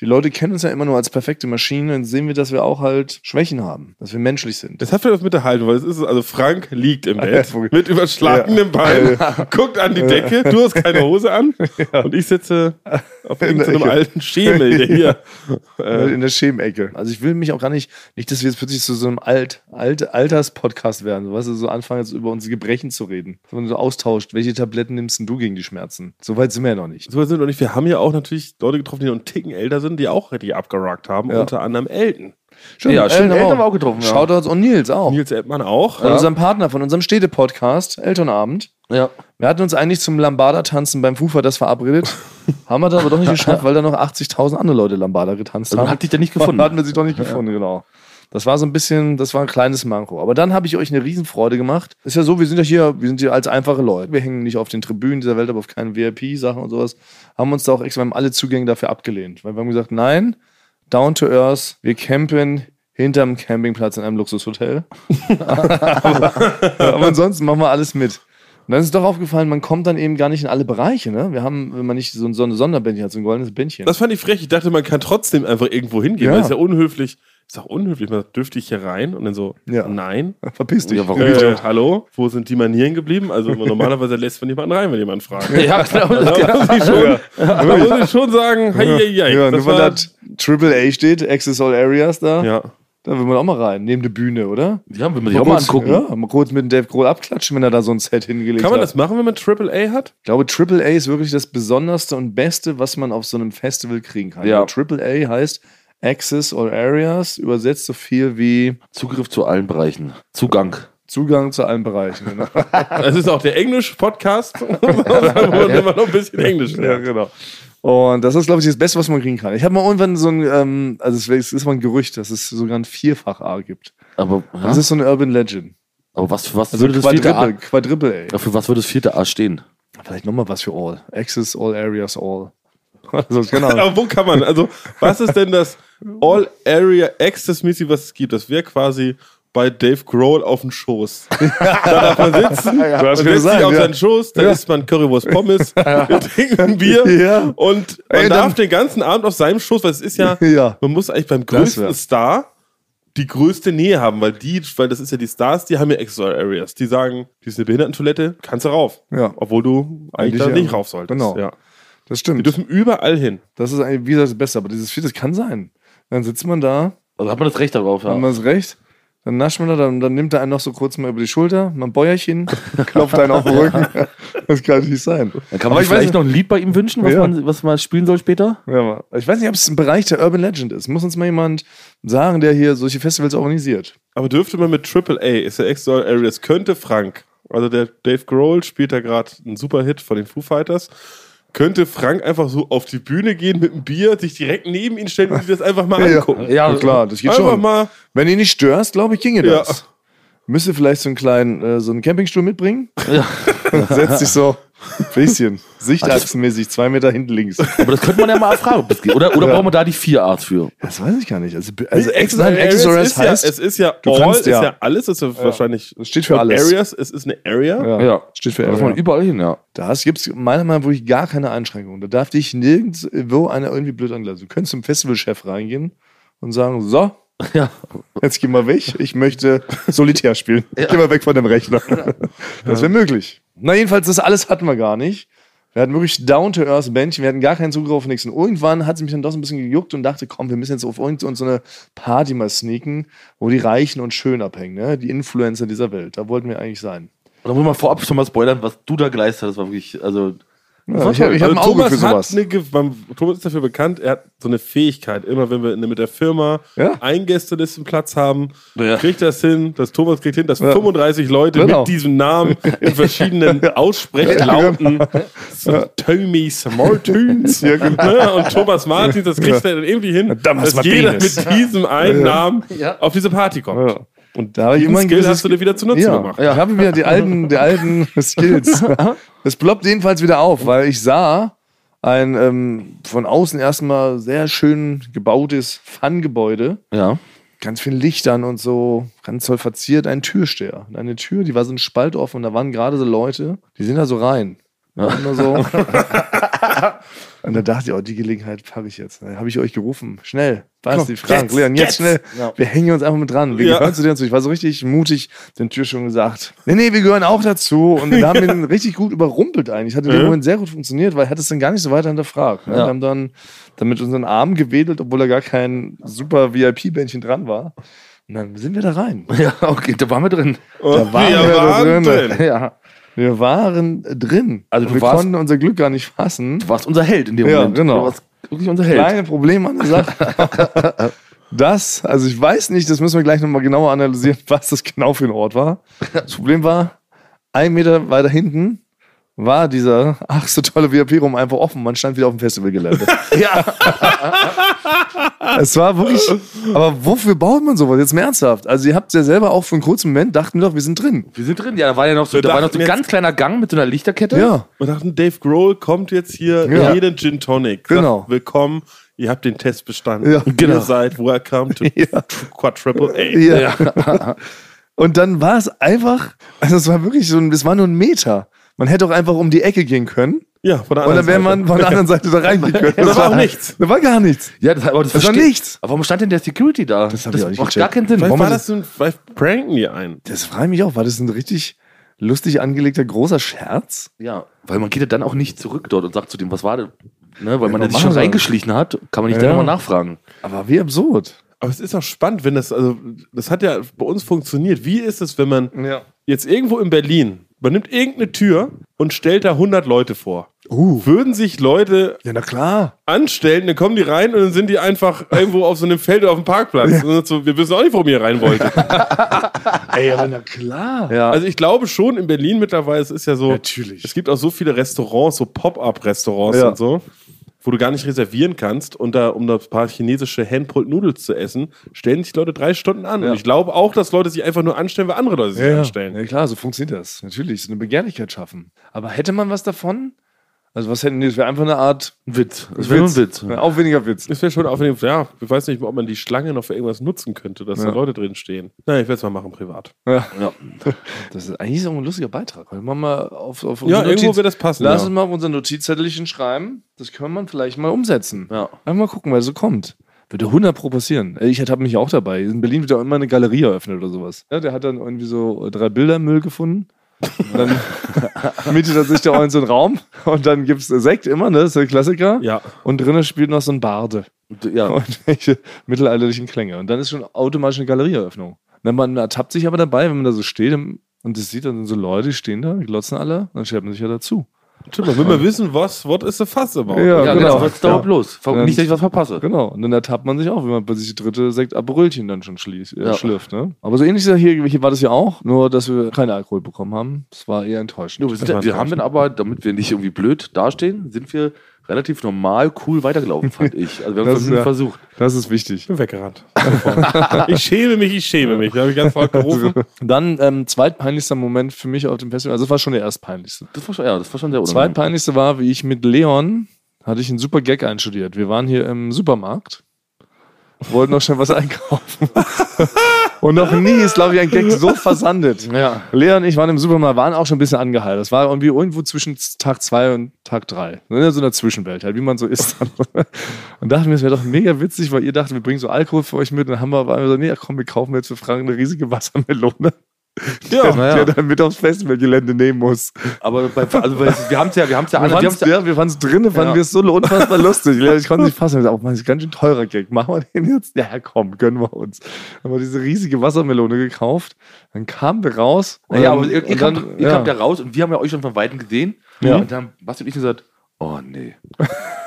Speaker 2: Die Leute kennen uns ja immer nur als perfekte Maschinen, dann sehen wir, dass wir auch halt Schwächen haben, dass wir menschlich sind.
Speaker 4: Das hat vielleicht was mit der Haltung, weil es ist, also Frank liegt im Bett
Speaker 2: Vogel.
Speaker 4: mit überschlagenem Bein, guckt an die Decke, du hast keine Hose an und ich sitze auf
Speaker 2: In der
Speaker 4: irgendeinem
Speaker 2: Ecke.
Speaker 4: alten Schemel, der hier
Speaker 2: Äh, In der Schemecke. Also ich will mich auch gar nicht, nicht, dass wir jetzt plötzlich zu so einem Alt, Alt, Alters-Podcast werden, so, weißt du, so anfangen jetzt über unsere Gebrechen zu reden. Dass man so austauscht, welche Tabletten nimmst denn du gegen die Schmerzen? So weit sind wir ja noch nicht.
Speaker 4: so weit sind wir noch nicht. Wir haben ja auch natürlich Leute getroffen, die noch einen Ticken älter sind, die auch richtig abgerockt haben,
Speaker 2: Ja.
Speaker 4: unter anderem Elton.
Speaker 2: Stimmt,
Speaker 3: Ja, stimmt,
Speaker 2: äh, Eltern
Speaker 3: Eltern haben wir auch getroffen, ja.
Speaker 2: Shoutouts und Nils auch.
Speaker 4: Nils Eltmann auch.
Speaker 2: Von unserem Partner, von unserem Städte-Podcast, Elternabend.
Speaker 3: ja.
Speaker 2: Wir hatten uns eigentlich zum Lambada-Tanzen beim Fufa das verabredet. haben wir da aber doch nicht geschafft, weil da noch 80.000 andere Leute Lambada getanzt
Speaker 3: Also
Speaker 2: haben.
Speaker 3: man hat dich da nicht gefunden.
Speaker 2: Hatten wir sie doch nicht gefunden, genau. Das war so ein bisschen, das war ein kleines Manko. Aber dann habe ich euch eine Riesenfreude gemacht. Ist ja so, wir sind ja hier, wir sind hier als einfache Leute. Wir hängen nicht auf den Tribünen dieser Welt, aber auf keinen VIP-Sachen und sowas. Haben uns da auch extra, wir haben alle Zugänge dafür abgelehnt. Weil wir haben gesagt, nein, down to earth, wir campen hinterm Campingplatz in einem Luxushotel. aber, aber ansonsten machen wir alles mit. Und dann ist es doch aufgefallen, man kommt dann eben gar nicht in alle Bereiche. Ne? Wir haben, wenn man nicht so ein so ein Sonderbändchen hat, so ein goldenes Bändchen.
Speaker 4: Das fand ich frech. Ich dachte, man kann trotzdem einfach irgendwo hingehen,
Speaker 2: Ja.
Speaker 4: weil es ist ja unhöflich. Ist auch unhöflich. Man sagt, dürfte ich hier rein? Und dann so,
Speaker 2: Ja.
Speaker 4: nein.
Speaker 2: Verpiss dich.
Speaker 3: Ja, warum?
Speaker 4: Äh, hallo? Wo sind die Manieren geblieben? Also normalerweise lässt man jemanden rein, wenn jemand fragt.
Speaker 3: Ja, genau.
Speaker 4: Da muss ich schon, da muss ich schon sagen, hei, hei, hei.
Speaker 2: Ja, nur
Speaker 4: das
Speaker 2: weil
Speaker 4: war,
Speaker 2: da Triple A steht, Access All Areas da,
Speaker 4: ja.
Speaker 2: da will man auch mal rein, neben der Bühne, oder?
Speaker 3: Ja, will man sich auch mal
Speaker 2: kurz,
Speaker 3: angucken.
Speaker 2: Ja, mal kurz mit dem Dave Grohl abklatschen, wenn er da so ein Set hingelegt
Speaker 4: Kann man
Speaker 2: hat.
Speaker 4: das machen, wenn man AAA hat?
Speaker 2: Ich glaube, Triple A ist wirklich das Besonderste und Beste, was man auf so einem Festival kriegen kann.
Speaker 3: Ja.
Speaker 2: Weil Triple A heißt Access All Areas, übersetzt so viel wie
Speaker 3: Zugriff zu allen Bereichen. Zugang.
Speaker 2: Zugang zu allen Bereichen. Genau.
Speaker 4: Das ist auch der Englisch-Podcast, wo man immer noch ein bisschen Englisch
Speaker 2: Ja,
Speaker 4: lernt.
Speaker 2: genau. Und das ist, glaube ich, das Beste, was man kriegen kann. Ich habe mal irgendwann so ein, ähm, also es- es ist mal ein Gerücht, dass es sogar ein Vierfach-A gibt.
Speaker 3: Aber, ja,
Speaker 2: Das ist so eine Urban Legend.
Speaker 3: aber was, für was
Speaker 2: Also
Speaker 3: würde das vierte A,
Speaker 2: Quadriple, Quadriple
Speaker 3: Ja, für was würde das vierte A stehen?
Speaker 2: A. Vielleicht nochmal was für All. Access All Areas All. Also, keine Ahnung.
Speaker 4: Aber wo kann man? Also, was ist denn das All Area Access mäßig, was es gibt? Das wäre quasi bei Dave Grohl auf dem Schoß. Da darf man sitzen,
Speaker 2: Du hast
Speaker 4: man
Speaker 2: schon
Speaker 4: setzt sich
Speaker 2: gesagt,
Speaker 4: auf
Speaker 2: ja.
Speaker 4: seinen Schoß, da
Speaker 2: Ja.
Speaker 4: isst man Currywurst Pommes, wir trinken ein Bier
Speaker 2: Ja.
Speaker 4: und man
Speaker 2: Ey, dann-
Speaker 4: darf den ganzen Abend auf seinem Schoß, weil es ist ja,
Speaker 2: Ja.
Speaker 4: man muss eigentlich beim
Speaker 2: Das
Speaker 4: größten
Speaker 2: wär-
Speaker 4: Star die größte Nähe haben, weil die, weil das ist ja die Stars, die haben ja extra Areas. Die sagen, die ist eine Behindertentoilette, kannst du rauf.
Speaker 2: Ja.
Speaker 4: Obwohl du eigentlich,
Speaker 2: Eigentlich
Speaker 4: da
Speaker 2: ja.
Speaker 4: nicht rauf solltest.
Speaker 2: Genau.
Speaker 4: Ja.
Speaker 2: Das
Speaker 4: Wir
Speaker 2: stimmt.
Speaker 4: dürfen überall hin.
Speaker 2: Das ist eigentlich, wie gesagt, das Beste. Aber dieses Vierte, das kann sein. Dann sitzt man da,
Speaker 3: Also hat man das Recht darauf, ja.
Speaker 2: hat man das Recht, dann nascht man da, dann, dann nimmt er einen noch so kurz mal über die Schulter, mal ein Bäuerchen, klopft einen auf den Rücken. Das kann nicht sein.
Speaker 3: Dann kann man
Speaker 2: Aber
Speaker 3: sich
Speaker 2: ich weiß
Speaker 3: vielleicht
Speaker 2: nicht-
Speaker 3: noch ein Lied bei ihm wünschen, was,
Speaker 2: Ja.
Speaker 3: man, was man spielen soll später?
Speaker 2: Ja, Mann. ich weiß nicht, ob es im Bereich der Urban Legend ist. Muss uns mal jemand sagen, der hier solche Festivals organisiert.
Speaker 4: Aber dürfte man mit AAA, ist der Extra Areas, könnte Frank, also der Dave Grohl spielt da gerade einen super Hit von den Foo Fighters, könnte Frank einfach so auf die Bühne gehen mit einem Bier, sich direkt neben ihn stellen und sich das einfach mal angucken.
Speaker 3: Ja,
Speaker 2: Na klar, das geht
Speaker 4: einfach
Speaker 2: schon.
Speaker 4: mal.
Speaker 2: Wenn ihr nicht störst, glaube ich, ginge
Speaker 4: Ja.
Speaker 2: das. Müsste vielleicht so einen kleinen, äh, so einen Campingstuhl mitbringen. Ja. Setzt dich so ein bisschen sichtachsenmäßig zwei Meter hinten links.
Speaker 3: Aber das könnte man ja mal fragen. ob das geht. Oder, oder brauchen wir da die vier Arts für?
Speaker 2: Das weiß ich gar nicht. Also, also
Speaker 4: Access
Speaker 2: nein, Access
Speaker 4: Areas
Speaker 2: Areas
Speaker 4: ist ja,
Speaker 2: heißt,
Speaker 4: es ist ja
Speaker 2: Du
Speaker 4: all,
Speaker 2: kannst
Speaker 4: ist
Speaker 2: ja.
Speaker 4: ja alles, ist ja, wahrscheinlich
Speaker 2: es steht für alles.
Speaker 4: Areas, es ist eine Area.
Speaker 2: Ja. Steht für
Speaker 3: Da muss man
Speaker 2: Area.
Speaker 3: überall hin, ja.
Speaker 2: Da gibt es meiner Meinung nach wirklich gar keine Einschränkungen. Da darf dich nirgendwo einer irgendwie blöd anlassen. Du könntest zum Festivalchef reingehen und sagen, so,
Speaker 3: Ja.
Speaker 2: Jetzt geh mal weg. Ich möchte Solitär spielen. Geh mal weg von dem Rechner. Das wäre möglich. Na, jedenfalls, das alles hatten wir gar nicht. Wir hatten wirklich Down-to-Earth-Bändchen, wir hatten gar keinen Zugriff auf nichts. Und irgendwann hat es mich dann doch so ein bisschen gejuckt und dachte, komm, wir müssen jetzt auf irgend so eine Party mal sneaken, wo die Reichen und Schön abhängen, ne? die Influencer dieser Welt. Da wollten wir eigentlich sein.
Speaker 3: Und da muss man vorab schon mal spoilern, was du da geleistet hast. War wirklich, also,
Speaker 2: Ja, ich hab- ich habe ein Auge
Speaker 4: also Thomas,
Speaker 2: für sowas.
Speaker 4: Hat eine, Ge- man, Thomas ist dafür bekannt, er hat so eine Fähigkeit. Immer wenn wir in- mit der Firma
Speaker 2: Ja.
Speaker 4: einen Gästelistenplatz haben,
Speaker 3: Ja.
Speaker 4: kriegt das hin, dass Thomas kriegt hin, dass 35 Leute
Speaker 2: Genau.
Speaker 4: mit diesem Namen in verschiedenen Aussprachlauten so, Tommy Smartunes
Speaker 2: Ja, genau.
Speaker 4: ne? und Thomas Martins, das kriegt er dann irgendwie hin,
Speaker 2: Damals
Speaker 4: dass jeder
Speaker 2: Martinez.
Speaker 4: mit diesem einen Namen
Speaker 3: Ja.
Speaker 4: auf diese Party kommt.
Speaker 2: Ja.
Speaker 4: Und
Speaker 2: Da habe ich
Speaker 4: diesen
Speaker 2: immer ein
Speaker 4: Skill
Speaker 2: gewisses-
Speaker 4: hast du dir wieder zunutze
Speaker 2: ja,
Speaker 4: gemacht.
Speaker 2: Ich habe wieder die alten, die alten Skills. Das ploppt jedenfalls wieder auf, weil ich sah ein ähm, von außen erstmal sehr schön gebautes Fun-Gebäude.
Speaker 3: ja.
Speaker 2: ganz vielen Lichtern und so, ganz toll verziert, ein Türsteher. Und Eine Tür, die war so ein Spalt offen und da waren gerade so Leute, die sind da so rein. Und, nur so. und da dachte ich, oh, die Gelegenheit packe ich jetzt. Da habe ich euch gerufen. Schnell, Basti, Frank,
Speaker 4: jetzt,
Speaker 2: Leon, jetzt,
Speaker 4: jetzt.
Speaker 2: schnell. Wir hängen uns einfach mit dran. Wir
Speaker 4: Ja.
Speaker 2: gehören zu dir und zu. Ich war so richtig mutig, den Tür schon gesagt. Nee, nee, wir gehören auch dazu. Und wir haben ihn richtig gut überrumpelt eigentlich. Hat in dem
Speaker 4: Mhm.
Speaker 2: Moment sehr gut funktioniert, weil er hat es dann gar nicht so weiter hinterfragt. Ne?
Speaker 3: Ja.
Speaker 2: Wir haben dann dann mit unseren Armen gewedelt, obwohl da gar kein super VIP-Bändchen dran war. Und dann sind wir da rein.
Speaker 3: Ja, okay, da waren wir drin.
Speaker 4: Und
Speaker 2: waren wir da drin.
Speaker 3: Ja.
Speaker 2: Wir waren drin.
Speaker 3: Also du
Speaker 2: wir
Speaker 3: warst-
Speaker 2: konnten unser Glück gar nicht fassen.
Speaker 3: Du warst unser Held in dem
Speaker 2: Ja,
Speaker 3: Moment.
Speaker 2: genau.
Speaker 3: Du warst wirklich unser Held.
Speaker 2: Kleine Probleme an der Sache. Das, also ich weiß nicht, das müssen wir gleich nochmal genauer analysieren, was das genau für ein Ort war. Das Problem war, ein Meter weiter hinten war dieser ach so tolle VIP-Raum einfach offen. Man stand wieder auf dem Festivalgelände.
Speaker 3: Ja.
Speaker 2: Es war wirklich. Aber wofür baut man sowas? Jetzt mal ernsthaft. Also, ihr habt ja selber auch für einen kurzen Moment dachten wir doch, wir sind drin.
Speaker 3: Wir sind drin. Ja, da war ja noch so,
Speaker 4: Wir
Speaker 3: da war noch so
Speaker 4: dachten
Speaker 3: ein
Speaker 4: jetzt-
Speaker 3: ganz kleiner Gang mit so einer Lichterkette.
Speaker 2: Ja.
Speaker 4: Und dachten, Dave Grohl kommt jetzt hier
Speaker 2: Ja.
Speaker 4: jeden Gin Tonic. Sagt,
Speaker 2: Genau.
Speaker 4: Willkommen, ihr habt den Test bestanden.
Speaker 2: Ja. genau.
Speaker 4: Ihr seid welcome to Quadruple A.
Speaker 2: Ja. Und dann war es einfach. Also, es war wirklich so ein. Es war nur ein Meter. Man hätte auch einfach um die Ecke gehen können.
Speaker 4: Ja, von der
Speaker 2: Und dann wäre man von der anderen Seite da reingehen können.
Speaker 4: da war auch nichts.
Speaker 2: Da war gar nichts.
Speaker 3: Ja, das, aber das,
Speaker 2: Das war
Speaker 3: verstehe-
Speaker 2: nichts.
Speaker 3: Aber warum stand denn der Security da? Das,
Speaker 2: hab ich auch nicht
Speaker 3: macht
Speaker 2: gecheckt.
Speaker 3: gar keinen Sinn.
Speaker 4: Vielleicht
Speaker 2: Warum
Speaker 4: war
Speaker 2: man-
Speaker 4: das so ein, vielleicht pranken die einen.
Speaker 2: Das frage ich mich auch. War das ein richtig lustig angelegter großer Scherz?
Speaker 3: Ja, weil man geht ja dann auch nicht zurück dort und sagt zu dem, was war denn? Ne, weil man
Speaker 2: was
Speaker 3: ja sich
Speaker 2: war
Speaker 3: schon
Speaker 2: das?
Speaker 3: reingeschlichen hat, kann man nicht
Speaker 2: Ja.
Speaker 3: dann nochmal nachfragen.
Speaker 2: Aber wie absurd.
Speaker 4: Aber es ist auch spannend, wenn das, also, das hat ja bei uns funktioniert. Wie ist es, wenn man
Speaker 2: Ja.
Speaker 4: jetzt irgendwo in Berlin, man nimmt irgendeine Tür und stellt da 100 Leute vor.
Speaker 2: Uh.
Speaker 4: Würden sich Leute
Speaker 2: Ja, na klar.
Speaker 4: anstellen, dann kommen die rein und dann sind die einfach irgendwo auf so einem Feld oder auf dem Parkplatz. Und dann so, wir wissen auch nicht, warum ihr rein wolltet.
Speaker 2: Ey, aber na klar. Ja.
Speaker 4: Also ich glaube schon in Berlin mittlerweile, es ist ja so,
Speaker 2: Natürlich.
Speaker 4: es gibt auch so viele Restaurants, so Pop-up-Restaurants
Speaker 2: Ja.
Speaker 4: und so, wo du gar nicht reservieren kannst und da, um da ein paar chinesische Handpulled Noodles zu essen, stellen sich Leute drei Stunden an. Und ich glaube auch, dass Leute sich einfach nur anstellen, weil andere Leute sich
Speaker 2: Ja,
Speaker 4: anstellen.
Speaker 2: Ja, klar, so funktioniert das. Natürlich, so eine Begehrlichkeit schaffen. Aber hätte man was davon? Also, was hätten die? Das wäre einfach eine Art
Speaker 3: Ein Witz. Das wäre nur ein Witz.
Speaker 2: Ein aufwendiger Witz.
Speaker 4: Das wäre schon aufwendig. Ja, ich weiß nicht, ob man die Schlange noch für irgendwas nutzen könnte, dass da Leute drin stehen. Nein, ich werde es mal machen, privat.
Speaker 3: Ja.
Speaker 2: Das ist eigentlich auch ein lustiger Beitrag. Können wir mal auf, auf
Speaker 4: Ja,
Speaker 2: unsere
Speaker 4: irgendwo
Speaker 2: Notiz-
Speaker 4: wird das passen.
Speaker 2: Lass
Speaker 4: ja.
Speaker 2: uns mal auf unser Notizzettelchen schreiben. Das können wir vielleicht mal umsetzen.
Speaker 3: Ja.
Speaker 2: Einfach mal gucken, weil so kommt. Würde 100 pro passieren. Äh, Ich habe mich auch dabei. In Berlin wird ja immer eine Galerie eröffnet oder sowas. Ja, der hat dann irgendwie so äh, drei Bilder Müll gefunden. Und dann mietet er sich da auch in so einen Raum. Und dann gibt es Sekt immer, ne? Das ist der Klassiker.
Speaker 4: Ja.
Speaker 2: Und drinnen spielt noch so ein Barde
Speaker 3: Und, ja.
Speaker 2: und welche mittelalterlichen Klänge. Und dann ist schon automatisch eine Galerieeröffnung. Na, man ertappt sich aber dabei, wenn man da so steht im- und das sieht, dann sind so Leute, die stehen da, die glotzen alle, dann stellt man sich ja dazu.
Speaker 4: Stimmt, man will mal wissen, was what is the fuss about?
Speaker 2: Ja,
Speaker 3: Ja,
Speaker 2: genau.
Speaker 3: genau. Was dauert
Speaker 2: Ja.
Speaker 3: bloß? Ver-
Speaker 2: Ja.
Speaker 3: Nicht, dass ich was verpasse.
Speaker 2: Genau. Und dann ertappt man sich auch, wenn man bei sich die dritte Sekt Aperölchen dann schon schließt, äh,
Speaker 3: Ja.
Speaker 2: schlürft. Ne? Aber so ähnlich ist ja hier, hier war das ja auch, nur dass wir keinen Alkohol bekommen haben. Es war eher enttäuschend.
Speaker 3: Ja, wir, sind, ja- wir haben dann aber, damit wir nicht irgendwie blöd dastehen, sind wir relativ normal cool weitergelaufen, fand ich. Also wir haben
Speaker 2: Das
Speaker 3: es
Speaker 2: ist
Speaker 3: ja.
Speaker 2: ja-
Speaker 3: versucht.
Speaker 2: Das ist wichtig.
Speaker 4: bin weggerannt. ich schäme mich, ich schäme mich. Da habe ich ganz laut gerufen.
Speaker 2: Dann ähm, zweitpeinlichster Moment für mich auf dem Festival. Also, das war schon der erstpeinlichste.
Speaker 3: Das war schon, ja, das war schon sehr unangenehm.
Speaker 2: Zweitpeinlichste war, wie ich mit Leon, hatte ich einen super Gag einstudiert. Wir waren hier im Supermarkt, wollten noch schnell was einkaufen. Und noch nie ist, glaube ich, ein Gag so versandet.
Speaker 3: Ja.
Speaker 2: Lea und ich waren im Supermarkt, waren auch schon ein bisschen angeheilt. Das war irgendwie irgendwo zwischen Tag zwei und Tag drei. In so einer Zwischenwelt, halt, wie man so ist. Dann. Und dachten wir, es wäre doch mega witzig, weil ihr dachtet, wir bringen so Alkohol für euch mit. Und dann haben wir aber so, nee, ja, komm, wir kaufen jetzt für Frank eine riesige Wassermelone,
Speaker 4: Ja.
Speaker 3: Na ja.
Speaker 2: die er dann mit aufs Festivalgelände nehmen muss.
Speaker 3: Aber bei, also bei, wir haben es ja, wir haben es ja,
Speaker 2: Wir
Speaker 3: alle- wir haben's
Speaker 2: fanden's-
Speaker 3: ja
Speaker 2: ja, wir fanden es drinnen, fanden
Speaker 3: Ja.
Speaker 2: wir es so unfassbar lustig. Lea, Ich konnte nicht fassen. Ich dachte, oh Mann, das ist ganz schön teurer Gag. Machen wir den jetzt? Ja, komm, gönnen wir uns. Haben wir diese riesige Wassermelone gekauft. Dann kamen wir raus.
Speaker 3: Naja,
Speaker 2: ähm,
Speaker 3: aber ihr, ihr,
Speaker 2: und
Speaker 3: kamt,
Speaker 2: dann-
Speaker 3: ihr
Speaker 2: ja.
Speaker 3: kamt ja raus und wir haben ja euch schon von Weitem gesehen.
Speaker 2: Ja.
Speaker 3: Und dann haben Basti und ich gesagt, oh nee.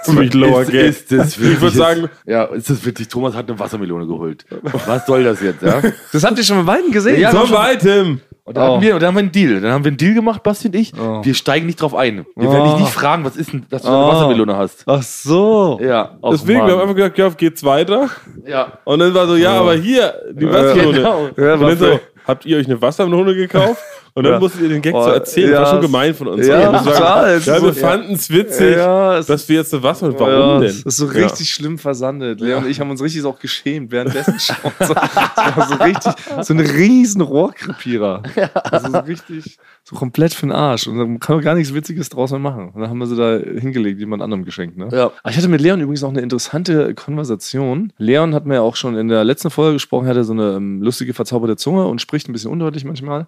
Speaker 4: Ziemlich lower
Speaker 3: ist,
Speaker 4: Gag.
Speaker 3: ist das wirklich,
Speaker 4: Ich würde sagen,
Speaker 3: ja, ist das wirklich, Thomas hat eine Wassermelone geholt. Was soll das jetzt, ja?
Speaker 2: Das habt ihr schon mal Weiden gesehen?
Speaker 3: Ja,
Speaker 4: von
Speaker 3: schon-
Speaker 4: weitem.
Speaker 3: Und dann,
Speaker 2: Oh.
Speaker 3: hatten wir, und dann haben wir einen Deal. Dann haben wir einen Deal gemacht, Basti und ich.
Speaker 2: Oh.
Speaker 3: Wir steigen nicht drauf ein. Wir werden dich
Speaker 2: Oh.
Speaker 3: nicht fragen, was ist denn, dass du eine
Speaker 2: Oh.
Speaker 3: Wassermelone hast. Oh.
Speaker 2: Ach so.
Speaker 3: Ja, auch
Speaker 4: Deswegen, wir haben
Speaker 3: Mann.
Speaker 4: einfach gesagt, ja, geht's weiter.
Speaker 3: ja.
Speaker 4: Und dann war so, ja, aber hier, die Wassermelone.
Speaker 3: genau.
Speaker 2: Ja,
Speaker 4: Und
Speaker 2: war
Speaker 4: dann so,
Speaker 2: voll.
Speaker 4: habt ihr euch eine Wassermelone gekauft? Und dann
Speaker 2: Ja.
Speaker 4: musstet ihr den Gag
Speaker 2: Oh,
Speaker 4: so erzählen. Das war
Speaker 2: ja,
Speaker 4: schon gemein von uns.
Speaker 2: ja,
Speaker 4: Wir müssen
Speaker 2: total.
Speaker 4: sagen,
Speaker 2: Es
Speaker 4: ja
Speaker 2: ist
Speaker 4: wir
Speaker 2: so-
Speaker 4: fanden es witzig,
Speaker 2: ja, es
Speaker 4: dass wir jetzt eine Wassermelone. Warum
Speaker 2: ja,
Speaker 4: denn?
Speaker 2: Das ist so richtig schlimm versandet. Lea und ich haben uns richtig auch geschämt währenddessen schon. So, das war so richtig, so ein riesen Rohrkrepierer. Also so richtig, so komplett für den Arsch. Und dann kann man gar nichts Witziges draus mehr machen. Und dann haben wir sie da hingelegt, jemand anderem geschenkt. Ne?
Speaker 3: Ja.
Speaker 2: Aber ich hatte mit Leon übrigens noch eine interessante Konversation. Leon hat mir ja auch schon in der letzten Folge gesprochen, hatte so eine ähm, lustige, verzauberte Zunge und spricht ein bisschen undeutlich manchmal.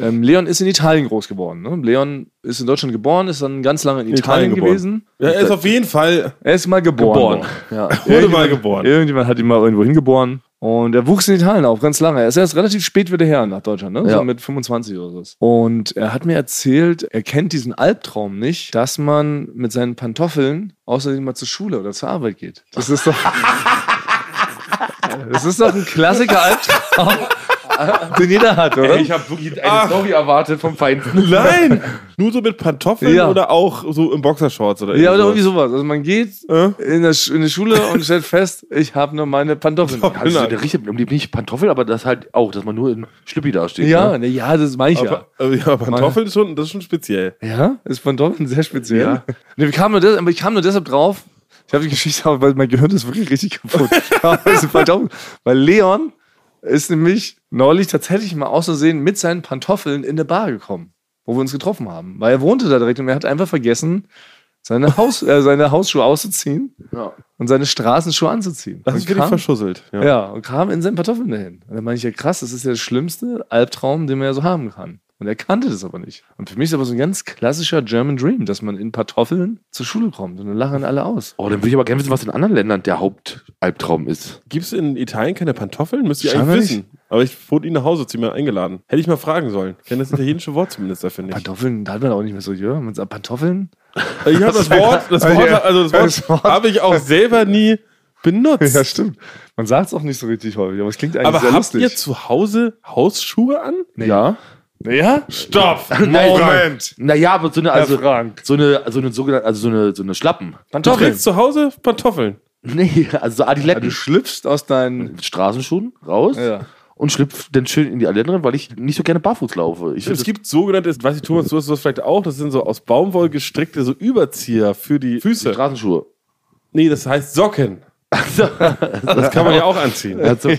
Speaker 2: Ähm, Leon ist in Italien groß geworden. Ne? Leon ist in Deutschland geboren, ist dann ganz lange in
Speaker 4: Italien
Speaker 2: Italien,
Speaker 4: geboren.
Speaker 2: gewesen.
Speaker 4: Ja, er ist auf jeden Fall,
Speaker 2: Er ist mal geboren.
Speaker 3: Geboren. Ja.
Speaker 4: wurde mal geboren.
Speaker 2: Irgendjemand hat ihn mal irgendwo hingeboren. Und er wuchs in Italien auf, ganz lange. Er ist erst relativ spät wieder her nach Deutschland, ne?
Speaker 3: Ja.
Speaker 2: So mit 25 oder so. Und er hat mir erzählt, er kennt diesen Albtraum nicht, dass man mit seinen Pantoffeln außerdem mal zur Schule oder zur Arbeit geht. Das ist doch. das ist doch ein klassiker Albtraum, den jeder hat, oder?
Speaker 3: Ey, ich habe wirklich eine Story erwartet vom Feinden.
Speaker 4: Nein! Nur so mit Pantoffeln
Speaker 2: Ja.
Speaker 4: oder auch so in Boxershorts oder
Speaker 2: ja, oder irgendwie sowas. Also man geht
Speaker 4: Äh?
Speaker 2: in, der, Sch- in die Schule und stellt fest, ich habe nur meine Pantoffeln.
Speaker 3: Also so der richtige, nicht Pantoffel, aber das halt auch, dass man nur in Schlüppi dasteht.
Speaker 2: Ja,
Speaker 3: ne?
Speaker 2: ne, ja, das meine ich ja.
Speaker 4: Aber, aber ja, Pantoffeln ist schon, das ist schon speziell.
Speaker 2: Ja? Ist Pantoffeln sehr speziell.
Speaker 3: Ja.
Speaker 2: Ne, wir kamen nur des, aber ich kam nur deshalb drauf, ich habe die Geschichte, aber weil mein Gehirn ist wirklich richtig kaputt. Ja, das sind Pantoffeln. weil Leon ist nämlich neulich tatsächlich mal aus Versehen mit seinen Pantoffeln in eine Bar gekommen, wo wir uns getroffen haben. Weil er wohnte da direkt und er hat einfach vergessen, seine, Haus, äh, seine Hausschuhe auszuziehen
Speaker 3: Ja.
Speaker 2: und seine Straßenschuhe anzuziehen.
Speaker 4: Das
Speaker 2: und
Speaker 4: ist wirklich
Speaker 2: kam-
Speaker 4: verschusselt. Ja.
Speaker 2: ja, und kam in seinen Pantoffeln dahin. Und dann meine ich, ja krass, das ist ja der schlimmste Albtraum, den man ja so haben kann. Und er kannte das aber nicht. Und für mich ist aber so ein ganz klassischer German Dream, dass man in Pantoffeln zur Schule kommt und dann lachen alle aus.
Speaker 3: Oh, dann würde ich aber gerne wissen, was in anderen Ländern der Hauptalbtraum ist.
Speaker 4: Gibt es in Italien keine Pantoffeln? Müsst ihr
Speaker 2: Scheinbar
Speaker 4: eigentlich wissen. Aber ich wurde ihn nach Hause zu mir eingeladen. Hätte ich mal fragen sollen. Ich kenne das italienische Wort zumindest dafür nicht.
Speaker 2: Pantoffeln, da hat man auch nicht mehr so, ja, man sagt Pantoffeln.
Speaker 4: Ich habe das Wort, das Wort, also das
Speaker 2: Das Wort.
Speaker 4: Wort habe ich auch selber nie benutzt.
Speaker 2: stimmt. Man sagt es auch nicht so richtig häufig, aber es klingt eigentlich
Speaker 4: Aber
Speaker 2: sehr
Speaker 4: habt
Speaker 2: lustig.
Speaker 4: ihr zu Hause Hausschuhe an?
Speaker 3: Ja.
Speaker 2: ja?
Speaker 4: Stopp!
Speaker 2: Moment!
Speaker 3: Naja, Oh. aber so eine, also,
Speaker 2: Frank.
Speaker 3: so eine, so eine sogenannte, also so eine, so eine Schlappen.
Speaker 4: Du
Speaker 2: Pantoffeln.
Speaker 4: trägst zu Hause Pantoffeln.
Speaker 3: Nee, also so
Speaker 2: Ja, du
Speaker 3: Adiletten.
Speaker 2: schlüpfst aus deinen...
Speaker 3: Straßenschuhen raus
Speaker 2: Ja.
Speaker 3: und schlüpft dann schön in die Adiletten rein, weil ich nicht so gerne barfuß laufe. Ich
Speaker 4: Es gibt sogenannte, weiß ich, Thomas, du hast das vielleicht auch, das sind so aus Baumwolle gestrickte so Überzieher für die Füße.
Speaker 3: Straßenschuhe.
Speaker 4: Nee, das heißt Socken. Das kann man ja auch anziehen.
Speaker 3: Also,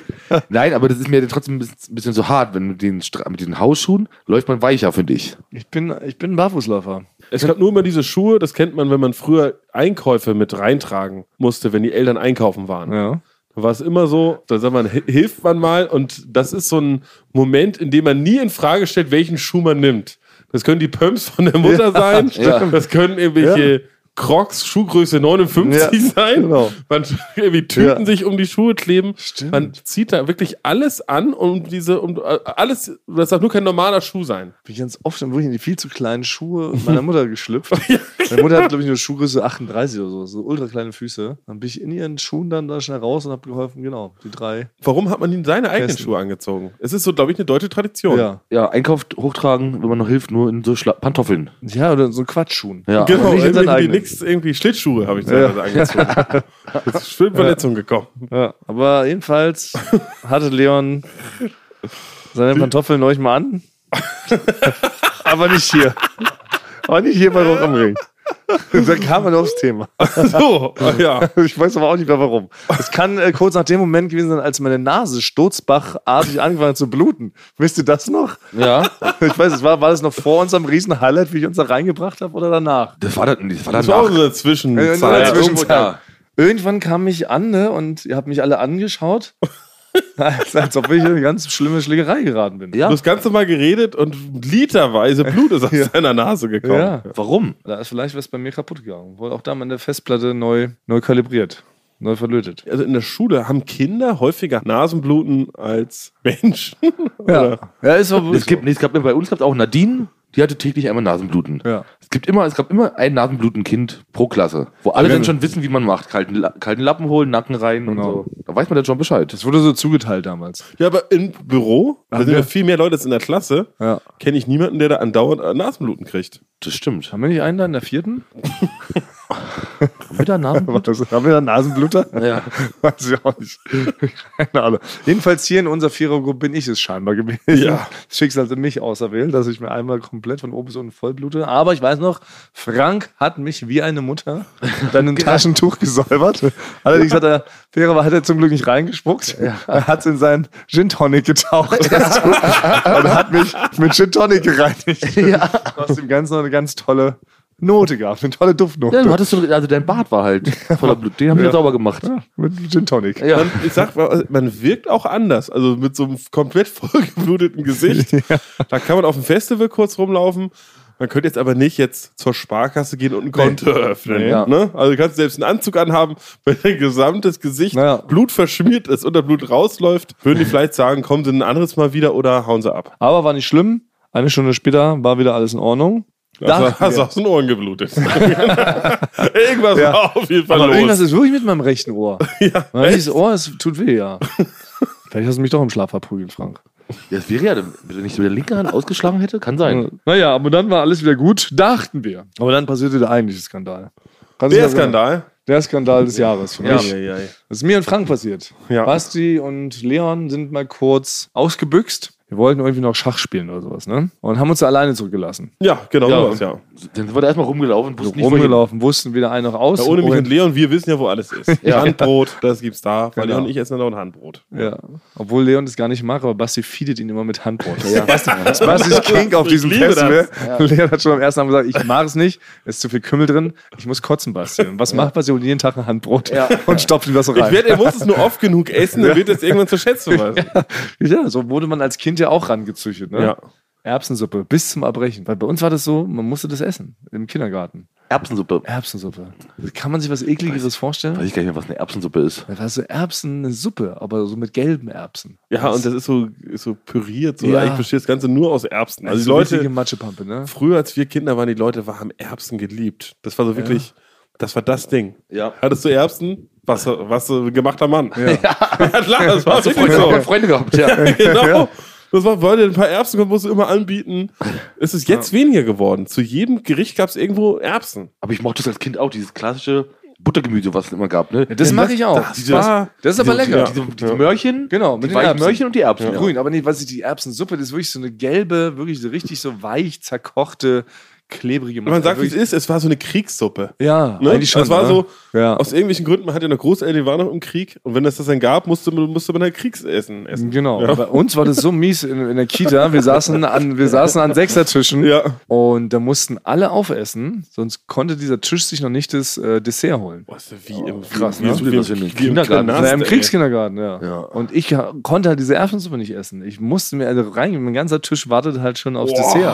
Speaker 3: nein, aber das ist mir trotzdem ein bisschen, ein bisschen so hart, wenn mit den, Stra- mit den Hausschuhen läuft man weicher, finde ich.
Speaker 2: Ich bin, ich bin ein Barfußläufer.
Speaker 4: Es gab nur immer diese Schuhe, das kennt man, wenn man früher Einkäufe mit reintragen musste, wenn die Eltern einkaufen waren.
Speaker 2: Ja.
Speaker 4: Da war es immer so, da sagt man, hi- hilft man mal und das ist so ein Moment, in dem man nie in Frage stellt, welchen Schuh man nimmt. Das können die Pumps von der Mutter sein,
Speaker 3: stimmt.
Speaker 4: das können irgendwelche Crocs Schuhgröße 59
Speaker 2: Ja,
Speaker 4: sein.
Speaker 2: genau.
Speaker 4: Man irgendwie Tüten
Speaker 2: Ja.
Speaker 4: sich um die Schuhe kleben.
Speaker 2: Stimmt.
Speaker 4: Man zieht da wirklich alles an, um diese, um alles, das darf nur kein normaler Schuh sein.
Speaker 2: bin ich ganz oft dann wirklich in die viel zu kleinen Schuhe meiner Mutter geschlüpft. Meine Mutter hat, glaube ich, nur Schuhgröße 38 oder so, so ultra kleine Füße. Dann bin ich in ihren Schuhen dann da schnell raus und habe geholfen, genau, die drei.
Speaker 4: Warum hat man ihnen seine eigenen
Speaker 2: Testen.
Speaker 4: Schuhe angezogen? Es ist so, glaube ich, eine deutsche Tradition.
Speaker 2: Ja.
Speaker 3: Ja, einkauft, hochtragen, wenn man noch hilft, nur in so Schla Pantoffeln.
Speaker 2: ja, oder so Quatschschuhen.
Speaker 3: Ja.
Speaker 4: Genau,
Speaker 2: aber nicht in seinen
Speaker 4: irgendwie,
Speaker 2: eigenen.
Speaker 4: nix, irgendwie Schlittschuhe habe ich teilweise angezogen. Das ist schön Verletzung gekommen.
Speaker 2: Ja, aber jedenfalls hatte Leon seine Pantoffeln neulich mal an. aber nicht hier. Aber nicht hier bei Rock am Ring. Und dann kam man aufs Thema.
Speaker 4: So, ja.
Speaker 2: Ich weiß aber auch nicht mehr warum. Es kann äh, kurz nach dem Moment gewesen sein, als meine Nase sturzbachartig angefangen hat zu bluten. Wisst ihr das noch?
Speaker 3: Ja.
Speaker 2: Ich weiß, es war, war das noch vor unserem riesen Highlight, wie ich uns da reingebracht habe oder danach? Äh,
Speaker 3: Das war dann, das war
Speaker 4: Das war
Speaker 3: danach.
Speaker 4: auch so eine
Speaker 2: In der
Speaker 4: Zwischenzeit.
Speaker 2: Zwischenzeit.
Speaker 3: da.
Speaker 2: Irgendwann kam ich an ne, und ihr habt mich alle angeschaut. als, als ob ich in eine ganz schlimme Schlägerei geraten bin.
Speaker 3: Ja.
Speaker 4: Du hast ganz normal geredet und literweise Blut ist aus deiner Nase gekommen.
Speaker 2: Ja.
Speaker 3: Warum?
Speaker 2: Da ist vielleicht was bei mir kaputt gegangen. Wurde auch da meine Festplatte neu, neu kalibriert, neu verlötet.
Speaker 4: Also in der Schule haben Kinder häufiger Nasenbluten als Menschen. Oder?
Speaker 2: ja ist aber
Speaker 3: Es gibt, nee, es gab, bei uns gab es auch Nadine, die hatte täglich einmal Nasenbluten.
Speaker 2: Ja.
Speaker 3: Es, gibt immer, es gab immer ein Nasenblutenkind pro Klasse, wo alle
Speaker 2: Ja.
Speaker 3: dann schon wissen, wie man macht. Kalten, La- kalten Lappen holen, Nacken rein
Speaker 2: Genau.
Speaker 3: und so. Da weiß man dann schon Bescheid.
Speaker 2: Das wurde so zugeteilt damals.
Speaker 4: Ja, aber im Büro, da
Speaker 2: Haben
Speaker 4: sind
Speaker 2: wir-
Speaker 4: ja viel mehr Leute als in der Klasse,
Speaker 2: Ja.
Speaker 4: kenne ich niemanden, der da andauernd äh, Nasenbluten kriegt.
Speaker 3: Das stimmt.
Speaker 2: Haben wir nicht einen da in der vierten?
Speaker 3: Wieder Namen?
Speaker 2: haben wir da Nasenbluter?
Speaker 3: ja.
Speaker 2: Weiß ich auch nicht. Keine Ahnung. Jedenfalls hier in unserer Vierergruppe bin ich es scheinbar gewesen.
Speaker 4: Ja.
Speaker 2: Das Schicksal hat mich auserwählt, dass ich mir einmal komplett von oben bis unten vollblute. Aber ich weiß noch, Frank hat mich wie eine Mutter dann ein
Speaker 3: Genau.
Speaker 2: Taschentuch gesäubert. Allerdings hat er, fairerweise hat er zum Glück nicht reingespuckt. Er hat es in seinen Gin Tonic getaucht. und hat mich mit Gin Tonic gereinigt.
Speaker 3: Ja.
Speaker 2: Was dem Ganzen noch eine ganz tolle Note gab, eine tolle Duftnote.
Speaker 3: ja, du hattest so, also dein Bart war halt voller Blut. Den haben wir
Speaker 2: Ja.
Speaker 3: sauber gemacht.
Speaker 2: Mit Gin Tonic.
Speaker 3: Ja.
Speaker 4: Man, ich sag, mal, man wirkt auch anders. Also mit so einem komplett vollgebluteten Gesicht. Da kann man auf dem Festival kurz rumlaufen. Man könnte jetzt aber nicht jetzt zur Sparkasse gehen und ein Konto öffnen.
Speaker 2: Nee.
Speaker 4: Ne? Also du kannst selbst einen Anzug anhaben, wenn dein gesamtes Gesicht
Speaker 2: Naja. Mhm.
Speaker 4: blutverschmiert ist und das Blut rausläuft, würden die vielleicht sagen, kommen sie ein anderes Mal wieder oder hauen sie ab.
Speaker 2: Aber war nicht schlimm. Eine Stunde später war wieder alles in Ordnung.
Speaker 4: Also
Speaker 2: Dachten
Speaker 4: hast du
Speaker 2: wir.
Speaker 4: aus den Ohren geblutet. Irgendwas
Speaker 2: Ja.
Speaker 4: war auf jeden Fall
Speaker 2: Aber irgendwas
Speaker 4: los.
Speaker 2: ist wirklich mit meinem rechten Ohr. ja, mein rechtes Ohr, es tut weh, ja. Vielleicht hast du mich doch im Schlaf verprügelt, Frank.
Speaker 3: Das wäre ja, wenn ich so mit der linken Hand ausgeschlagen hätte, kann sein.
Speaker 2: Naja, aber dann war alles wieder gut, dachten wir. Aber dann passierte der eigentliche Skandal. Kannst du
Speaker 4: Der
Speaker 2: noch sagen?
Speaker 4: Skandal.
Speaker 2: Der Skandal des Jahres für mich. Das ist mir und Frank passiert.
Speaker 4: Ja.
Speaker 2: Basti und Leon sind mal kurz ausgebüxt. Wir wollten irgendwie noch Schach spielen oder sowas, ne? Und haben uns da alleine zurückgelassen.
Speaker 4: Ja, genau.
Speaker 3: Ja.
Speaker 4: sowas, ja.
Speaker 3: Dann sind wir da erstmal rumgelaufen, wussten nicht, wohin.
Speaker 2: Rumgelaufen, wussten weder ein noch aus.
Speaker 4: Ja, ohne mich
Speaker 2: Wohin-
Speaker 4: und Leon, wir wissen ja, wo alles ist.
Speaker 3: Ja.
Speaker 4: Handbrot, das gibt's da. Weil
Speaker 2: Genau.
Speaker 4: Leon und ich essen dann noch ein Handbrot.
Speaker 2: Ja. Obwohl Leon das gar nicht mag, aber Basti feedet ihn immer mit Handbrot. Ja. Basti, Basti ist King auf
Speaker 4: Ich
Speaker 2: diesem
Speaker 4: liebe
Speaker 2: Festival. Leon hat schon am ersten Abend gesagt, ich mag es nicht, es ist zu viel Kümmel drin, ich muss kotzen, Basti. Und was macht Basti? Holt jeden Tag ein Handbrot
Speaker 3: Ja.
Speaker 2: und stopft ihm das so
Speaker 4: Ich
Speaker 2: rein.
Speaker 4: werde, er muss es nur oft genug essen, dann wird es irgendwann zur Schätzung. was.
Speaker 2: ja, so wurde man als Kind ja auch rangezüchtet. Ne?
Speaker 4: Ja.
Speaker 2: Erbsensuppe bis zum Erbrechen. Weil bei uns war das so, man musste das essen im Kindergarten.
Speaker 3: Erbsensuppe.
Speaker 2: Erbsensuppe. Kann man sich was ekligeres vorstellen?
Speaker 3: Weiß ich gar nicht mehr, was eine Erbsensuppe ist.
Speaker 2: Da war so Erbsen eine Suppe, aber so mit gelben Erbsen.
Speaker 4: Ja, und das ist so, ist so püriert. So.
Speaker 2: Ja.
Speaker 4: Eigentlich besteht das Ganze nur aus Erbsen. Also die
Speaker 2: so richtige
Speaker 4: Leute,
Speaker 2: Matschepampe, ne?
Speaker 4: früher als wir Kinder waren, die Leute war- haben Erbsen geliebt. Das war so wirklich, das war das Ding.
Speaker 3: Ja.
Speaker 4: Hattest du Erbsen? Was, was äh, gemachter Mann. Ja. klar, das war so
Speaker 3: Freunde,
Speaker 4: so.
Speaker 3: Freunde gehabt, ja.
Speaker 4: genau. Das war, weil du ein paar Erbsen konntest, musst du immer anbieten. Es ist jetzt weniger geworden. Zu jedem Gericht gab es irgendwo Erbsen.
Speaker 3: Aber ich mochte das als Kind auch, dieses klassische Buttergemüse, was es immer gab. Ne?
Speaker 2: Ja, das mache ich auch.
Speaker 4: das war-
Speaker 2: das ist aber
Speaker 3: diese,
Speaker 2: lecker.
Speaker 3: Diese, diese Möhrchen,
Speaker 2: Genau, mit
Speaker 3: die
Speaker 2: den
Speaker 3: weichen
Speaker 2: Erbsen.
Speaker 3: Möhrchen und die Erbsen.
Speaker 2: Grün, aber nee, was ist die Erbsensuppe? Das ist wirklich so eine gelbe, wirklich so richtig so weich zerkochte, klebrige
Speaker 4: Und man sagt, wie es
Speaker 2: wirklich,
Speaker 4: ist, es war so eine Kriegssuppe.
Speaker 2: Ja,
Speaker 4: Ne?
Speaker 2: eigentlich schon.
Speaker 4: das war
Speaker 2: ne?
Speaker 4: so,
Speaker 2: Ja.
Speaker 4: aus irgendwelchen Gründen, man hatte ja noch Großeltern, die waren noch im Krieg. Und wenn das das dann gab, musste, man- musste man halt Kriegsessen essen.
Speaker 2: Genau. Bei uns war das so mies in, in der Kita. Wir saßen an, wir saßen an Sechsertischen
Speaker 4: Ja.
Speaker 2: und da mussten alle aufessen, sonst konnte dieser Tisch sich noch nicht das äh, Dessert holen.
Speaker 4: Boah, ist ja wie im
Speaker 3: krass,
Speaker 4: wie,
Speaker 3: ne?
Speaker 4: wie,
Speaker 3: Was für ein Kindergarten.
Speaker 4: Knast,
Speaker 2: Na, im
Speaker 4: ey.
Speaker 2: Kriegskindergarten, ja.
Speaker 3: Ja.
Speaker 2: Und ich ha- konnte halt diese Erbsensuppe nicht essen. Ich musste mir also reingeben. Mein ganzer Tisch wartet halt schon aufs
Speaker 4: Boah.
Speaker 2: Dessert.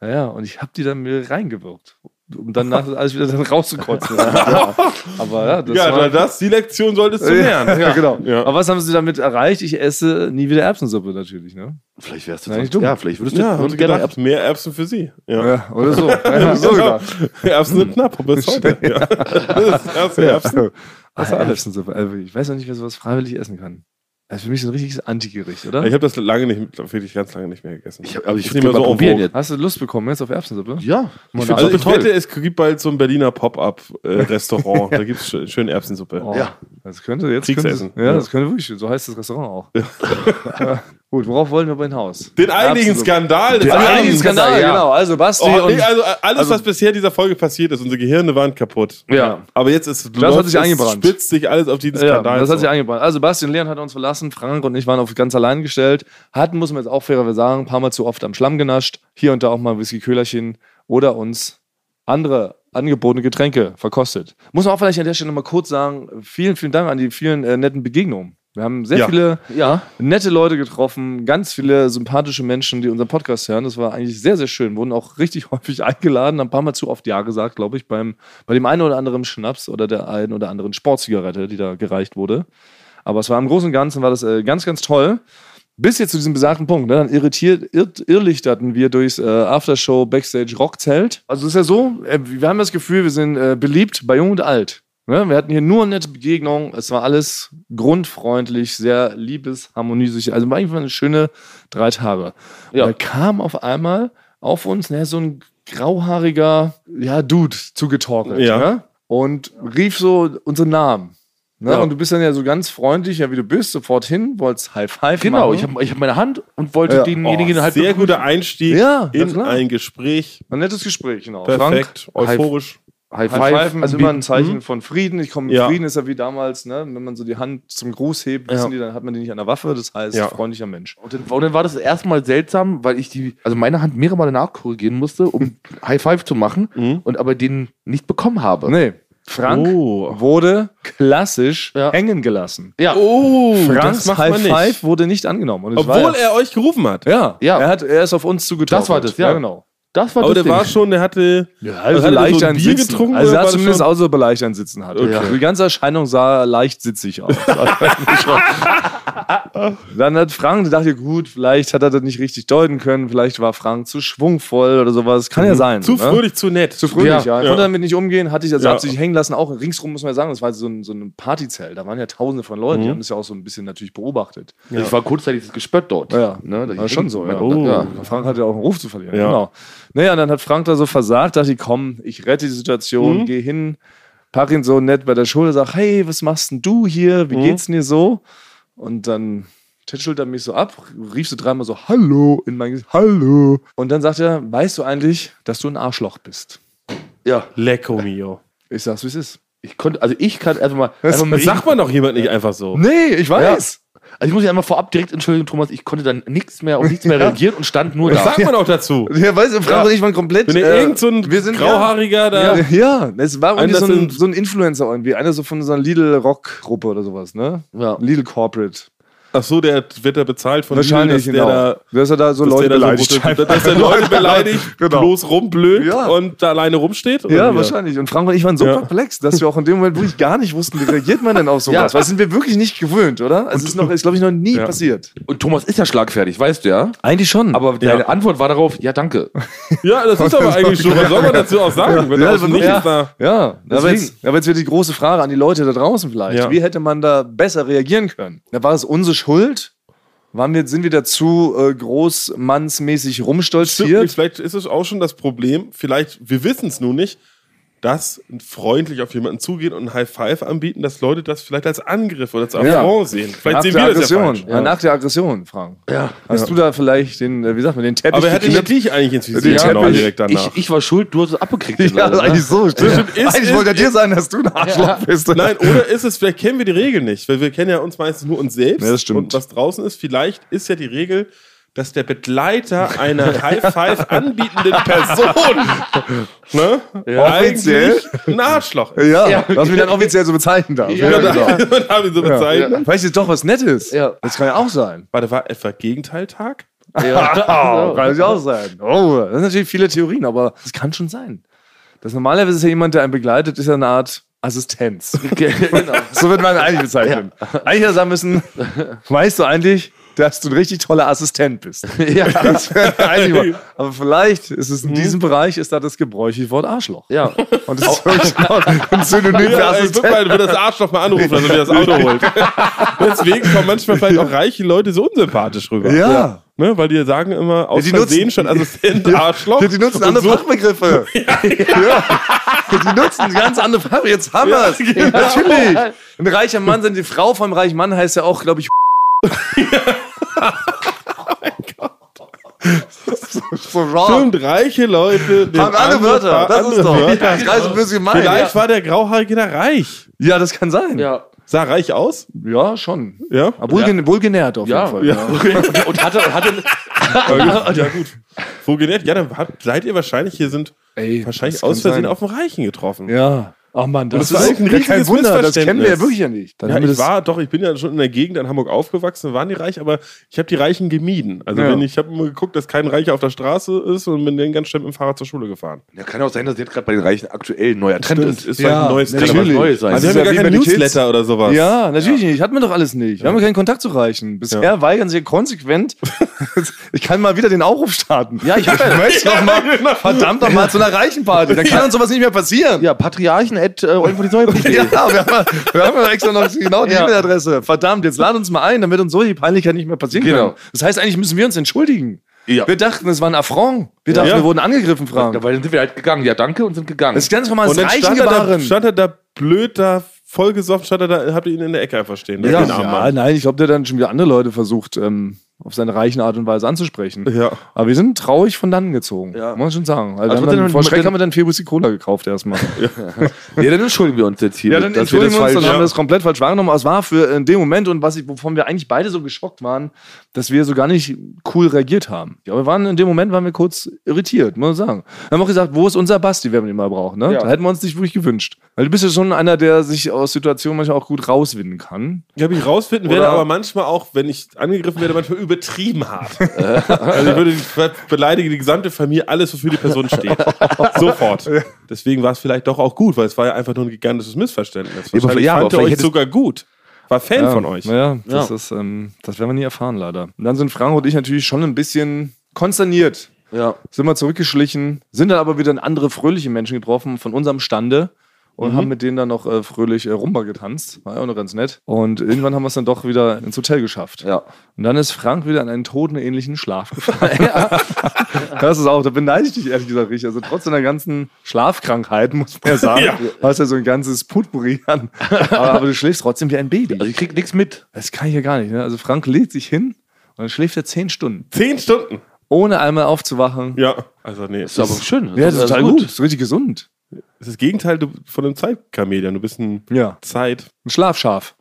Speaker 2: Ja, Ja, und ich habe die dann mir reingewirkt. Um dann nach alles wieder dann rauszukotzen. ja. Aber ja, das
Speaker 4: Ja,
Speaker 2: war...
Speaker 4: das, das, die Lektion solltest du lernen.
Speaker 2: ja, genau.
Speaker 4: Ja.
Speaker 2: Aber was haben sie damit erreicht? Ich esse nie wieder Erbsensuppe natürlich, ne?
Speaker 3: Vielleicht wärst du
Speaker 2: Nein, nicht
Speaker 3: jetzt
Speaker 2: dumm.
Speaker 3: Ja, vielleicht würdest du
Speaker 4: Ja,
Speaker 3: würdest
Speaker 4: und
Speaker 3: du gerne
Speaker 4: gedacht,
Speaker 3: Erbsen.
Speaker 4: mehr Erbsen für sie. Ja.
Speaker 2: oder so. Ja, so
Speaker 4: Genau.
Speaker 2: gedacht.
Speaker 4: Erbsen sind knapp, aber bis heute. Ja. Das ist erste Erbsen.
Speaker 2: Ah, Erbsensuppe. Also, Ich weiß noch nicht, wer sowas freiwillig essen kann. Das ist für mich so ein richtiges Antigericht, oder?
Speaker 4: Ich habe das lange nicht, wirklich ganz lange nicht mehr gegessen.
Speaker 3: Ich, hab- aber ich
Speaker 4: Ist
Speaker 3: würde
Speaker 4: nicht
Speaker 3: mal
Speaker 4: mehr so
Speaker 3: probieren
Speaker 4: en
Speaker 3: jetzt.
Speaker 2: Hast du Lust bekommen jetzt auf Erbsensuppe?
Speaker 3: Ja, ich find's
Speaker 4: Also
Speaker 3: auch
Speaker 4: ich
Speaker 3: toll.
Speaker 4: wette, es gibt bald so ein Berliner Pop-Up-Restaurant. da gibt es schön, schön Erbsensuppe.
Speaker 2: Oh,
Speaker 3: Ja.
Speaker 2: Das könnte jetzt.
Speaker 4: Kriegsessen.
Speaker 2: Könnte, ja,
Speaker 4: Ja.
Speaker 2: das könnte wirklich. So heißt das Restaurant auch. Gut, worauf wollen wir bei hinaus?
Speaker 4: Den einigen
Speaker 2: Absolut.
Speaker 4: Skandal. des
Speaker 2: Den
Speaker 4: Abends.
Speaker 2: einigen Skandal,
Speaker 3: ja.
Speaker 2: genau. Also Basti
Speaker 4: Oh,
Speaker 2: und
Speaker 4: nee, also alles, was bisher dieser Folge passiert ist, unsere Gehirne waren kaputt.
Speaker 3: Ja.
Speaker 4: Aber jetzt ist
Speaker 2: Das hat sich eingebrannt.
Speaker 4: spitzt sich alles auf diesen
Speaker 2: Ja,
Speaker 4: Skandal.
Speaker 2: das hat
Speaker 4: zu.
Speaker 2: sich eingebrannt. Also Bastian Leon hat uns verlassen, Frank und ich waren auf ganz allein gestellt. Hatten, muss man jetzt auch fairerweise sagen, ein paar Mal zu oft am Schlamm genascht. Hier und da auch mal Whisky-Köhlerchen oder uns andere angebotene Getränke verkostet. Muss man auch vielleicht an der Stelle mal kurz sagen, vielen, vielen Dank an die vielen äh, netten Begegnungen. Wir haben sehr
Speaker 4: Ja.
Speaker 2: viele
Speaker 3: Ja.
Speaker 2: nette Leute getroffen, ganz viele sympathische Menschen, die unseren Podcast hören. Das war eigentlich sehr, sehr schön. Wurden auch richtig häufig eingeladen, haben ein paar Mal zu oft Ja gesagt, glaube ich, beim, bei dem einen oder anderen Schnaps oder der einen oder anderen Sportzigarette, die da gereicht wurde. Aber es war im Großen und Ganzen war das äh, ganz, ganz toll. Bis jetzt zu diesem besagten Punkt. Ne? Dann irritiert, irrt, irrlichterten wir durchs äh, Aftershow Backstage Rockzelt. Also es ist ja so, äh, wir haben das Gefühl, wir sind äh, beliebt bei Jung und Alt. Ne? Wir hatten hier nur nette Begegnungen. Es war alles grundfreundlich, sehr liebes, harmoniesicher. Also war einfach eine schöne drei Tage.
Speaker 3: Ja.
Speaker 2: Da kam auf einmal auf uns ne, so ein grauhaariger ja, Dude zugetorkelt.
Speaker 4: Ja.
Speaker 2: Ne? Und rief so unseren Namen. Ne?
Speaker 3: Ja.
Speaker 2: Und du bist dann ja so ganz freundlich, ja wie du bist, sofort hin, wolltest High Five
Speaker 3: Genau,
Speaker 2: machen.
Speaker 3: ich habe ich hab meine Hand und wollte
Speaker 2: Ja.
Speaker 3: denjenigen
Speaker 4: Oh,
Speaker 3: halt.
Speaker 4: sehr guter Einstieg
Speaker 2: Ja, ganz
Speaker 4: in
Speaker 2: klar.
Speaker 4: ein Gespräch.
Speaker 2: ein nettes Gespräch, genau.
Speaker 4: Perfekt,
Speaker 3: Frank,
Speaker 4: euphorisch.
Speaker 3: High Also
Speaker 2: Frank, High Five ist immer ein Zeichen von Frieden. Ich komme,
Speaker 4: Ja.
Speaker 2: Frieden ist ja wie damals, ne? wenn man so die Hand zum Gruß hebt, wissen
Speaker 3: Ja.
Speaker 2: die, dann hat man die nicht an der Waffe. Das heißt,
Speaker 4: Ja.
Speaker 2: freundlicher Mensch.
Speaker 3: Und dann, und dann war das erstmal seltsam, weil ich die, also meine Hand mehrere Male nachkorrigieren musste, um High Five zu machen
Speaker 4: Mhm.
Speaker 3: und aber den nicht bekommen habe.
Speaker 2: Nee, Ne, Frank
Speaker 4: Oh.
Speaker 2: wurde klassisch
Speaker 3: Ja.
Speaker 2: hängen gelassen.
Speaker 3: Ja.
Speaker 4: Oh,
Speaker 2: Franks High Five wurde nicht angenommen. Und es war
Speaker 4: Obwohl er euch gerufen hat.
Speaker 2: ja, ja,
Speaker 3: Ja.
Speaker 2: Er, hat, er ist auf uns zugetorkelt.
Speaker 3: Das war das, ja.
Speaker 2: genau.
Speaker 3: Das war
Speaker 4: Aber
Speaker 3: das
Speaker 4: der war schon, der hatte.
Speaker 2: Ja,
Speaker 4: also
Speaker 2: also
Speaker 4: hat er
Speaker 2: leicht
Speaker 4: so ein
Speaker 2: ein
Speaker 4: Bier
Speaker 2: Sitzen.
Speaker 4: getrunken
Speaker 2: Also er
Speaker 4: oder war
Speaker 2: hat
Speaker 4: das
Speaker 2: zumindest
Speaker 4: schon-
Speaker 2: auch so leicht ein Sitzen hat.
Speaker 4: Okay.
Speaker 2: Ja. Die ganze Erscheinung sah leicht sitzig aus. Dann hat Frank, da dachte ich, gut, vielleicht hat er das nicht richtig deuten können, vielleicht war Frank zu schwungvoll oder sowas. Kann ja sein.
Speaker 4: Mhm. Zu
Speaker 2: ne?
Speaker 4: fröhlich, zu nett.
Speaker 2: Zu fröhlich, ja.
Speaker 4: Ja.
Speaker 2: Ich Konnte damit nicht umgehen, hatte ich also
Speaker 4: Ja.
Speaker 2: hat sich hängen lassen. Auch ringsrum muss man ja sagen, das war so ein, so ein Partyzelt. Da waren ja tausende von Leuten,
Speaker 4: Mhm.
Speaker 2: die haben das ja auch so ein bisschen natürlich beobachtet.
Speaker 3: Also Ich war kurzzeitig das gespött dort.
Speaker 2: Ja.
Speaker 3: Ne, da-
Speaker 2: War schon so, ja.
Speaker 3: Oh. ja.
Speaker 2: Frank hatte ja auch einen Ruf zu verlieren.
Speaker 4: Ja.
Speaker 2: Genau. Naja, und dann hat Frank da so versagt, dachte ich, komm, ich rette die
Speaker 4: Mhm.
Speaker 2: Situation, geh hin, pack ihn so nett bei der Schulter, sag, hey, was machst denn du hier? Wie
Speaker 4: Mhm.
Speaker 2: geht's denn dir so? Und dann tätschelt er mich so ab, rief so dreimal so, hallo, in mein Gesicht, hallo. Und dann sagt er, weißt du eigentlich, dass du ein Arschloch bist?
Speaker 3: ja.
Speaker 4: Lecco mio.
Speaker 2: Ich sag's, wie es ist.
Speaker 3: Ich konnte, also ich kann erstmal.
Speaker 2: Das-
Speaker 3: Also
Speaker 4: Das sagt man doch jemand nicht einfach so.
Speaker 2: Nee, ich weiß.
Speaker 3: Also ich muss mich einmal vorab direkt entschuldigen, Thomas, ich konnte dann nichts mehr, auf nichts mehr reagieren und stand nur
Speaker 4: Das
Speaker 3: da.
Speaker 4: sagt man auch dazu.
Speaker 2: Ja, weißt du, Frank
Speaker 4: Ja.
Speaker 2: und ich waren komplett.
Speaker 4: Wenn ihr
Speaker 2: äh,
Speaker 4: irgend so ein
Speaker 2: wir sind-
Speaker 4: grauhaariger da.
Speaker 2: Ja, ja, es war irgendwie
Speaker 4: Einer
Speaker 2: so ein,
Speaker 4: sind-
Speaker 2: so ein Influencer irgendwie, einer so von so einer Lidl Rock Gruppe oder sowas, ne?
Speaker 3: Ja.
Speaker 2: Lidl Corporate.
Speaker 4: Ach so, der wird da bezahlt von
Speaker 2: Wahrscheinlich,
Speaker 4: Lidl, dass
Speaker 2: genau.
Speaker 4: der da
Speaker 2: dass er da so
Speaker 4: dass
Speaker 2: Leute
Speaker 4: der da
Speaker 2: beleidigt
Speaker 4: so,
Speaker 2: hat.
Speaker 4: dass der Leute beleidigt,
Speaker 2: Genau.
Speaker 4: bloß rumblökt
Speaker 2: Ja.
Speaker 4: und da alleine rumsteht? oder
Speaker 2: Ja,
Speaker 4: wie?
Speaker 2: wahrscheinlich. Und Frank und ich waren so
Speaker 4: Ja.
Speaker 2: perplex, dass wir auch in dem Moment wirklich gar nicht wussten, wie reagiert man denn auf sowas.
Speaker 3: Ja.
Speaker 2: Weil das sind wir wirklich nicht gewöhnt, oder? Also es ist, noch- ist glaube ich, noch nie
Speaker 4: Ja.
Speaker 2: passiert.
Speaker 3: Und Thomas ist ja schlagfertig, weißt du ja.
Speaker 2: Eigentlich schon. Aber
Speaker 3: Aber deine Antwort war darauf, ja, danke.
Speaker 4: Ja, das ist aber eigentlich schon. Was soll man dazu auch sagen? Wenn
Speaker 2: Ja, also
Speaker 4: ja, aus dem
Speaker 2: ja.
Speaker 4: Nichts da.
Speaker 2: ja, aber
Speaker 4: Deswegen.
Speaker 2: jetzt, aber jetzt wird die große Frage an die Leute da draußen vielleicht.
Speaker 4: Ja.
Speaker 2: Wie hätte man da besser reagieren können? Na, war es unsere Schuld? Waren wir, sind wir dazu äh, großmannsmäßig
Speaker 4: Stimmt, nicht.
Speaker 2: rumstolziert?
Speaker 4: vielleicht ist es auch schon das Problem, vielleicht, wir wissen es nur nicht, dass freundlich auf jemanden zugehen und ein High Five anbieten, dass Leute das vielleicht als Angriff oder als Affront sehen. Vielleicht sehen
Speaker 2: der
Speaker 4: wir das ja
Speaker 2: Aggression.
Speaker 4: falsch.
Speaker 2: ja, nach der Aggression, Frank. Ja. Hast du da vielleicht den, äh, wie sagt man, den Teppich
Speaker 4: Aber er hätte
Speaker 2: geknippt?
Speaker 4: ich dich eigentlich ins
Speaker 2: Den
Speaker 4: Visier genommen
Speaker 2: Teppich.
Speaker 4: genau, direkt danach.
Speaker 3: Ich, ich war schuld, du hast es abgekriegt.
Speaker 2: Ja,
Speaker 3: leider, ne?
Speaker 2: eigentlich so. Stimmt.
Speaker 4: Also, Ist-
Speaker 2: eigentlich
Speaker 4: ist-
Speaker 2: wollte er dir sagen, dass du ein Arschloch bist.
Speaker 4: Nein, oder ist es, vielleicht kennen wir die Regel nicht, weil wir kennen ja uns meistens nur uns selbst
Speaker 2: Ja, das stimmt.
Speaker 4: und was draußen ist. Vielleicht ist ja die Regel, dass der Begleiter einer High Five anbietenden Person ne,
Speaker 2: Offiziell.
Speaker 4: eigentlich ein Arschloch ist.
Speaker 2: Ja, was man dann offiziell so bezeichnen darf. Ja,
Speaker 4: Ja,
Speaker 2: genau.
Speaker 4: da- man darf ihn so bezeichnen.
Speaker 2: Vielleicht ist doch was Nettes.
Speaker 3: Ja.
Speaker 2: Das kann ja auch sein.
Speaker 4: Warte, war etwa Gegenteiltag?
Speaker 2: Ja. Kann ja auch sein. Oh, das sind natürlich viele Theorien, aber es kann schon sein. Das normalerweise ist ja jemand, der einen begleitet, ist ja eine Art Assistenz.
Speaker 3: genau.
Speaker 2: So wird man ihn eigentlich bezeichnen. Eigentlich hätte er sagen müssen, weißt du eigentlich, dass du ein richtig toller Assistent bist.
Speaker 3: ja.
Speaker 2: Das wäre eigentlich mal- aber vielleicht ist es in diesem Bereich, ist da das gebräuchliche Wort Arschloch.
Speaker 3: ja.
Speaker 2: Und das ist wirklich auch ein Synonym für
Speaker 4: Ja, ey, guck
Speaker 2: Assistent.
Speaker 4: mal, wird das Arschloch mal anrufen, dass er mir das Auto holt. Deswegen kommen manchmal vielleicht auch reiche Leute so unsympathisch rüber.
Speaker 2: Ja.
Speaker 4: Ne, weil die sagen immer, aus
Speaker 2: die
Speaker 4: Versehen
Speaker 2: nutzen-
Speaker 4: schon Assistent, Arschloch.
Speaker 2: Die nutzen Oh. andere
Speaker 4: so-
Speaker 2: Fachbegriffe. Ja. Die nutzen ganz andere Fachbegriffe. Jetzt haben wir es. Natürlich. Ein reicher Mann sind die Frau vom reichen Mann heißt ja auch, glaube ich. So raw.
Speaker 4: Stimmt, reiche Leute. nehmen
Speaker 2: Haben andere Wörter, das
Speaker 4: andere
Speaker 2: ist doch.
Speaker 4: Wörter.
Speaker 2: Das reißt ein bisschen mein.
Speaker 4: Vielleicht war der Grauhaarige da reich.
Speaker 2: Ja, das kann sein.
Speaker 3: Ja.
Speaker 4: Sah reich aus?
Speaker 2: Ja, schon.
Speaker 4: Ja.
Speaker 2: Aber wohlgen- wohlgenährt auf jeden
Speaker 3: Ja.
Speaker 2: Fall.
Speaker 4: Ja.
Speaker 3: Und, und hatte, und hatte
Speaker 4: ja, ja, gut. Wo genährt? Ja, dann habt, seid ihr wahrscheinlich hier sind
Speaker 2: Ey,
Speaker 4: wahrscheinlich
Speaker 2: das kann
Speaker 4: aus Versehen
Speaker 2: sein.
Speaker 4: auf den Reichen getroffen.
Speaker 2: Ja. Ach man, das,
Speaker 4: Und das war
Speaker 2: ist
Speaker 4: ein
Speaker 2: ja kein
Speaker 4: riesiges
Speaker 2: Wunder. Das kennen wir ja
Speaker 4: Missverständnis.
Speaker 2: wirklich ja nicht. Dann
Speaker 4: Ja,
Speaker 2: haben wir
Speaker 4: ich
Speaker 2: das-
Speaker 4: war doch, ich bin ja schon in der Gegend in Hamburg aufgewachsen, waren die reich, aber ich habe die Reichen gemieden. Also
Speaker 2: Ja.
Speaker 4: wenn ich habe immer geguckt, dass kein Reicher auf der Straße ist und bin dann ganz schnell mit dem Fahrrad zur Schule gefahren.
Speaker 3: Ja, kann ja auch sein, dass jetzt gerade bei den Reichen aktuell ein neuer Trend ist.
Speaker 4: ist vielleicht
Speaker 2: Ja,
Speaker 4: ein neues
Speaker 3: Kann ja
Speaker 4: Ding.
Speaker 3: was Neues
Speaker 2: Das
Speaker 3: sein.
Speaker 4: Also wir haben
Speaker 2: ist
Speaker 4: ja
Speaker 2: ja
Speaker 4: gar
Speaker 2: wie
Speaker 4: keinen
Speaker 2: bei den Kids.
Speaker 4: Newsletter oder sowas.
Speaker 2: Ja, natürlich nicht. Hatten wir doch alles nicht. Wir haben ja keinen Kontakt zu Reichen. Bisher weigern sie konsequent. ich kann mal wieder den Aufruf starten. Ja, ich, möchte noch mal, verdammt noch mal zu einer Reichenparty. Dann kann uns sowas nicht mehr passieren.
Speaker 3: Ja, Patriarchen at äh, Eulen von die Säue.
Speaker 2: Ja, wir haben, wir haben ja extra noch genau die E-Mail-Adresse. Verdammt, jetzt lad uns mal ein, damit uns so die Peinlichkeit nicht mehr passieren
Speaker 3: Genau.
Speaker 2: kann. Das heißt, eigentlich müssen wir uns entschuldigen.
Speaker 3: Ja.
Speaker 2: Wir dachten, es war ein Affront. Wir dachten,
Speaker 4: Ja.
Speaker 2: wir wurden angegriffen, Frank.
Speaker 3: Weil dann sind wir halt gegangen. Ja, danke und sind gegangen.
Speaker 2: Das ist ganz normal, das
Speaker 4: Und dann stand er, da,
Speaker 2: Reichengewaren.
Speaker 4: stand er da blöd da, vollgesoffen, stand er da, habt ihr ihn in der Ecke einfach stehen. lassen,
Speaker 2: Ja,
Speaker 4: den armen
Speaker 2: ja,
Speaker 4: Mann.
Speaker 2: nein, ich glaube, der hat dann schon wieder andere Leute versucht, ähm, auf seine reichen Art und Weise anzusprechen.
Speaker 4: Ja.
Speaker 2: Aber wir sind traurig von dannen gezogen,
Speaker 3: Ja.
Speaker 2: muss man schon sagen. Also
Speaker 3: Also
Speaker 2: haben
Speaker 3: wird
Speaker 2: dann,
Speaker 3: denn-
Speaker 2: vor Schreck
Speaker 3: dann-
Speaker 2: haben wir dann vier Bussi Cola gekauft erstmal.
Speaker 3: ja, dann entschuldigen wir uns jetzt hier.
Speaker 2: ja, dann
Speaker 3: dass wir
Speaker 2: entschuldigen wir uns, dann
Speaker 3: falsch-
Speaker 2: haben wir das komplett falsch wahrgenommen. Aber es war für in dem Moment und was ich, wovon wir eigentlich beide so geschockt waren, dass wir so gar nicht cool reagiert haben. Ja, wir waren in dem Moment waren wir kurz irritiert, muss man sagen. Wir haben auch gesagt, wo ist unser Basti, wenn wir ihn mal brauchen. Ne?
Speaker 3: Ja.
Speaker 2: Da hätten wir uns nicht wirklich gewünscht. Weil du bist ja schon einer, der sich aus Situationen manchmal auch gut rauswinden kann.
Speaker 4: Ich habe ich rausfinden werde,
Speaker 2: Oder-
Speaker 4: aber manchmal auch, wenn ich angegriffen werde, manchmal übertrieben hart. also ich würde die, ver- beleidige die gesamte Familie, alles, wofür die Person steht. Sofort. Deswegen war es vielleicht doch auch gut, weil es war ja einfach nur ein gigantisches Missverständnis.
Speaker 3: Ja, aber-
Speaker 4: Wahrscheinlich
Speaker 3: ja, aber
Speaker 4: fand er
Speaker 3: vielleicht
Speaker 4: euch
Speaker 3: hättest-
Speaker 4: sogar gut. War Fan
Speaker 2: Ja,
Speaker 4: von euch.
Speaker 2: Naja, das, Ist, ähm, das werden wir nie erfahren, leider. Und dann sind Frank und ich natürlich schon ein bisschen konsterniert.
Speaker 3: Ja.
Speaker 2: Sind mal zurückgeschlichen, sind dann aber wieder in andere fröhliche Menschen getroffen von unserem Stande
Speaker 4: Mhm.
Speaker 2: und haben mit denen dann noch äh, fröhlich äh, Rumba getanzt. War ja auch noch ganz nett. Und irgendwann haben wir es dann doch wieder ins Hotel geschafft.
Speaker 3: Ja.
Speaker 2: Und dann ist Frank wieder in einen totenähnlichen Schlaf gefallen. Das ist auch, da beneide ich dich ehrlich gesagt richtig. Also trotz deiner ganzen Schlafkrankheit, muss man ja sagen,
Speaker 4: Ja.
Speaker 2: hast ja so ein ganzes Putbury an. Aber, aber du schläfst trotzdem wie ein Baby.
Speaker 3: Also ich krieg nichts mit.
Speaker 2: Das kann ich ja gar nicht. Ne? Also Frank lädt sich hin und dann schläft er zehn Stunden,
Speaker 4: Zehn Stunden.
Speaker 2: ohne einmal aufzuwachen.
Speaker 4: Ja. Also nee.
Speaker 3: Das ist aber schön. Also
Speaker 2: Das ist richtig gesund.
Speaker 4: Das ist das Gegenteil du- von einem Zeitchameleon. Du bist ein
Speaker 2: Ja,
Speaker 4: Zeit.
Speaker 2: ein Schlafschaf.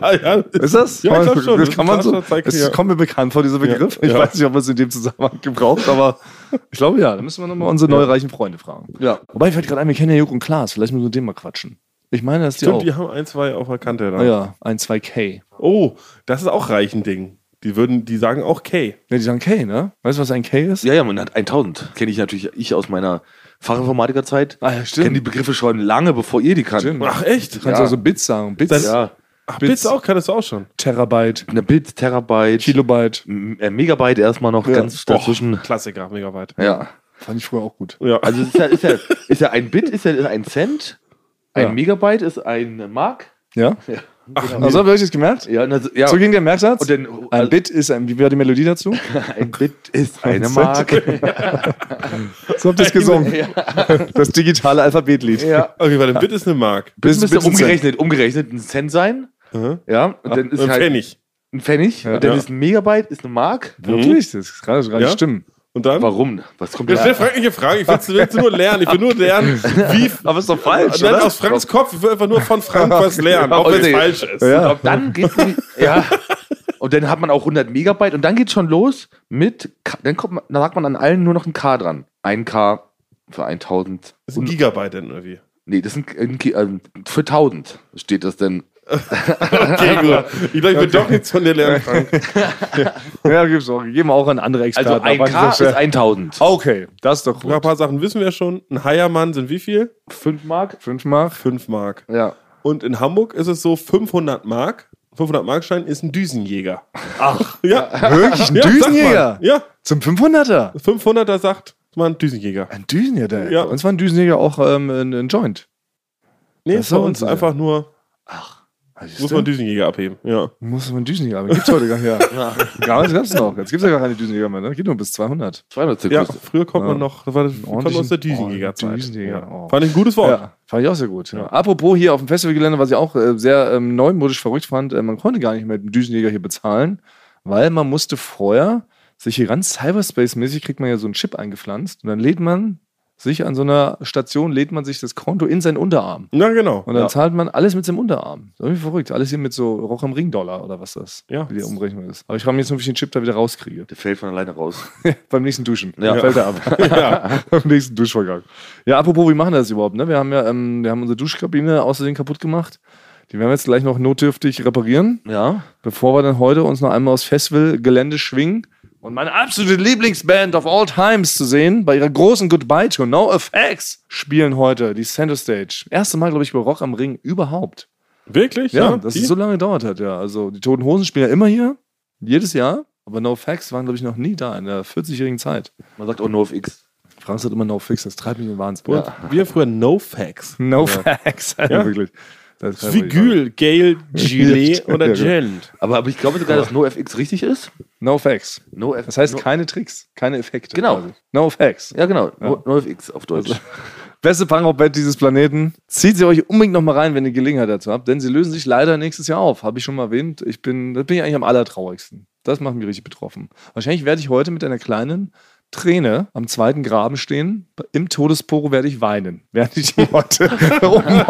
Speaker 4: Ah, ja.
Speaker 2: Ist das?
Speaker 4: Ja, ich glaub schon.
Speaker 2: Das, kann man so,
Speaker 4: Schlafschaf,
Speaker 2: das
Speaker 4: ja.
Speaker 2: kommt mir bekannt vor, dieser Begriff. Ich
Speaker 4: Ja.
Speaker 2: weiß nicht, ob man es in dem Zusammenhang gebraucht, aber ich glaube ja. Da müssen wir nochmal unsere neu reichen Freunde fragen.
Speaker 3: Ja.
Speaker 2: Wobei, ich fällt gerade ein, wir kennen ja Jürgen und Klaas. Vielleicht müssen wir mit dem mal quatschen. Ich meine, dass die
Speaker 4: Stimmt,
Speaker 2: auch.
Speaker 4: die haben ein, zwei auf der Kante.
Speaker 2: Ah
Speaker 4: Da.
Speaker 2: ja, ein, zwei K.
Speaker 4: Oh, das ist auch reich ein Ding. Die würden, die sagen auch K.
Speaker 2: Ja, die sagen K, ne? Weißt du, was ein K ist?
Speaker 3: Ja, ja, man hat 1000. Kenne ich natürlich, ich aus meiner Fachinformatikerzeit.
Speaker 2: Ah, ja, stimmt.
Speaker 3: Kenne die Begriffe schon lange, bevor ihr die kanntet.
Speaker 2: Stimmt.
Speaker 4: Ach echt?
Speaker 2: Kannst du
Speaker 3: Ja.
Speaker 2: also Bits sagen. Bits,
Speaker 4: Das-
Speaker 3: Ja.
Speaker 4: Ach,
Speaker 2: Bits.
Speaker 4: Bits auch, kannst du auch schon.
Speaker 2: Terabyte,
Speaker 3: Eine Bit, Terabyte,
Speaker 2: Kilobyte.
Speaker 3: M- äh, Megabyte erstmal noch ganz dazwischen.
Speaker 4: Klassiker, mega weit.
Speaker 3: Ja.
Speaker 2: Fand ich früher auch gut.
Speaker 4: Ja.
Speaker 3: Also es ist ja, ist ja, ist ja ein Bit, ist ja ein Cent. Ein
Speaker 2: Ja.
Speaker 3: Megabyte ist ein Mark.
Speaker 2: Ja?
Speaker 3: Ja.
Speaker 2: Also habt ihr euch das gemerkt?
Speaker 3: Ja, na, so- ja.
Speaker 2: So ging der Merksatz.
Speaker 3: Und dann- also-
Speaker 2: ein Bit ist ein, wie war die Melodie dazu?
Speaker 3: ein Bit ist eine Also,
Speaker 2: Cent.
Speaker 3: Mark.
Speaker 2: So habt ihr es gesungen. Das digitale Alphabetlied.
Speaker 3: ja.
Speaker 4: Okay, warte, Bit ist eine Mark.
Speaker 3: Bit
Speaker 2: Bis-
Speaker 3: müsste
Speaker 2: bis ein
Speaker 3: umgerechnet, umgerechnet ein Cent sein. Ja, und dann ist
Speaker 4: Und
Speaker 3: halt
Speaker 4: Pfennig.
Speaker 3: ein Pfennig. Und dann
Speaker 4: Ja.
Speaker 3: ist ein Megabyte, ist eine Mark.
Speaker 2: Wirklich? Das kann doch gar nicht
Speaker 4: Ja?
Speaker 2: stimmen.
Speaker 4: Und dann?
Speaker 3: Warum? Was kommt
Speaker 4: Ja,
Speaker 3: da?
Speaker 4: stell Frank nicht eine Frage. Ich will's- will's nur lernen. Ich will nur lernen, wie.
Speaker 2: Aber ist doch
Speaker 4: Nein, aus Franks Kopf. Ich will einfach nur von Frank was lernen, auch wenn es
Speaker 3: Okay.
Speaker 4: falsch ist.
Speaker 2: Ja.
Speaker 3: Und dann geht's in die- ja. Und dann hat man auch 100 Megabyte und dann geht's schon los mit K dann kommt man, dann sagt man an allen nur noch ein K dran. Ein K für 1000.
Speaker 4: Das ist ein Gigabyte dann irgendwie.
Speaker 3: Nee, das sind ein K, ähm, für 1000 steht das denn.
Speaker 4: Okay, gut. Ich glaube, ich will doch nichts von dir lernen, Frank.
Speaker 2: Ja, gibt's auch. Geben wir auch an andere Experten.
Speaker 3: Also ein
Speaker 2: ab an
Speaker 3: K
Speaker 2: dieser
Speaker 3: ist
Speaker 2: Stelle.
Speaker 3: 1000.
Speaker 2: Okay, das ist doch
Speaker 4: Ein
Speaker 2: gut.
Speaker 4: paar Sachen wissen wir schon. Ein Heiermann sind wie viel?
Speaker 3: 5 Mark?
Speaker 2: Fünfmal.
Speaker 4: Fünf Mark.
Speaker 3: Ja.
Speaker 4: Und in Hamburg ist es so 500 Mark. 500 Markschein ist ein Düsenjäger. Ach. Ja.
Speaker 2: Wirklich? Ein
Speaker 4: ja sagt
Speaker 2: Düsenjäger?
Speaker 4: man. Ja.
Speaker 2: Zum 500er?
Speaker 4: 500er sagt man Düsenjäger.
Speaker 2: Ein Düsenjäger.
Speaker 4: Ja.
Speaker 2: Ja. Bei uns war ein Düsenjäger auch ähm, ein, ein Joint.
Speaker 4: Nee,
Speaker 2: Das
Speaker 4: ist bei
Speaker 2: ist
Speaker 4: uns
Speaker 2: unsicher.
Speaker 4: einfach nur,
Speaker 2: Also
Speaker 4: muss man Düsenjäger abheben. Ja.
Speaker 2: muss man Düsenjäger haben. Gibt's heute gar nicht mehr. Damals gab's noch. Jetzt gibt's ja gar keine Düsenjäger mehr. Ne? Geht nur bis 200.
Speaker 3: 200
Speaker 4: Ja,
Speaker 3: Zirkus.
Speaker 4: früher kommt man
Speaker 2: Ja.
Speaker 4: noch, das war das kommt aus der
Speaker 2: ordentlichen-
Speaker 4: Düsenjägerzeit.
Speaker 2: oh, Düsenjäger, oh.
Speaker 4: Fand ich ein gutes Wort.
Speaker 2: Ja, fand ich auch sehr gut. Ja. Apropos hier auf dem Festivalgelände, was ich auch äh, sehr ähm, neumodisch verrückt fand, äh, man konnte gar nicht mehr mit dem Düsenjäger hier bezahlen, weil man musste vorher sich hier ganz Cyberspace-mäßig kriegt man ja so einen Chip eingepflanzt und dann lädt man sich an so einer Station, lädt man sich das Konto in seinen Unterarm.
Speaker 4: Ja, genau.
Speaker 2: Und dann
Speaker 4: ja.
Speaker 2: zahlt man alles mit seinem Unterarm. Das ist irgendwie verrückt. Alles hier mit so Roch am Ring-Dollar oder was das,
Speaker 4: Ja.
Speaker 2: wie der Umrechnung ist. Aber ich frage mich jetzt, nur, ob ich den Chip da wieder rauskriege.
Speaker 3: Der fällt von alleine raus.
Speaker 2: Beim nächsten Duschen.
Speaker 3: Ja.
Speaker 2: Fällt er ab.
Speaker 4: Ja.
Speaker 2: Beim nächsten Duschvorgang. Ja, apropos, wie machen wir das überhaupt? Ne? Wir haben ja ähm, wir haben unsere Duschkabine außerdem kaputt gemacht. Die werden wir jetzt gleich noch notdürftig reparieren,
Speaker 3: Ja.
Speaker 2: bevor wir dann heute uns noch einmal aufs Festival-Gelände schwingen. Und meine absolute Lieblingsband of all times zu sehen, bei ihrer großen Goodbye to No Effects, spielen heute die Center Stage. Erste Mal, glaube ich, bei Rock am Ring überhaupt.
Speaker 4: Wirklich?
Speaker 2: Ja, dass
Speaker 4: die?
Speaker 2: es so lange gedauert hat, ja. Also die Toten Hosen spielen ja immer hier, jedes Jahr. Aber No Facts waren, glaube ich, noch nie da in der 40-jährigen Zeit.
Speaker 3: Man sagt auch NoFX.
Speaker 2: Franz hat immer No Fix, das treibt mich in den Wahnsinn.
Speaker 4: Und wir früher No Facts.
Speaker 2: No Facts, also
Speaker 4: Ja.
Speaker 2: wirklich. Das kann
Speaker 4: Wie
Speaker 2: man nicht
Speaker 4: Gül, Gail, Gilet oder Gent.
Speaker 3: Aber, aber ich glaube sogar, dass NoFX richtig ist.
Speaker 2: sagen. No Facts.
Speaker 3: NoFX.
Speaker 2: Das heißt
Speaker 3: no,
Speaker 2: keine Tricks, keine Effekte.
Speaker 3: Genau.
Speaker 2: No Facts.
Speaker 3: Ja, genau. No- NoFX auf Deutsch.
Speaker 2: Beste Punkrock-Band dieses Planeten. Zieht sie euch unbedingt nochmal rein, wenn ihr Gelegenheit dazu habt, denn sie lösen sich leider nächstes Jahr auf. Habe ich schon mal erwähnt. Ich bin, das bin ich eigentlich am allertraurigsten. Das macht mich richtig betroffen. Wahrscheinlich werde ich heute mit einer kleinen Träne am zweiten Graben stehen. Im Todesporo werde ich weinen, während ich die Leute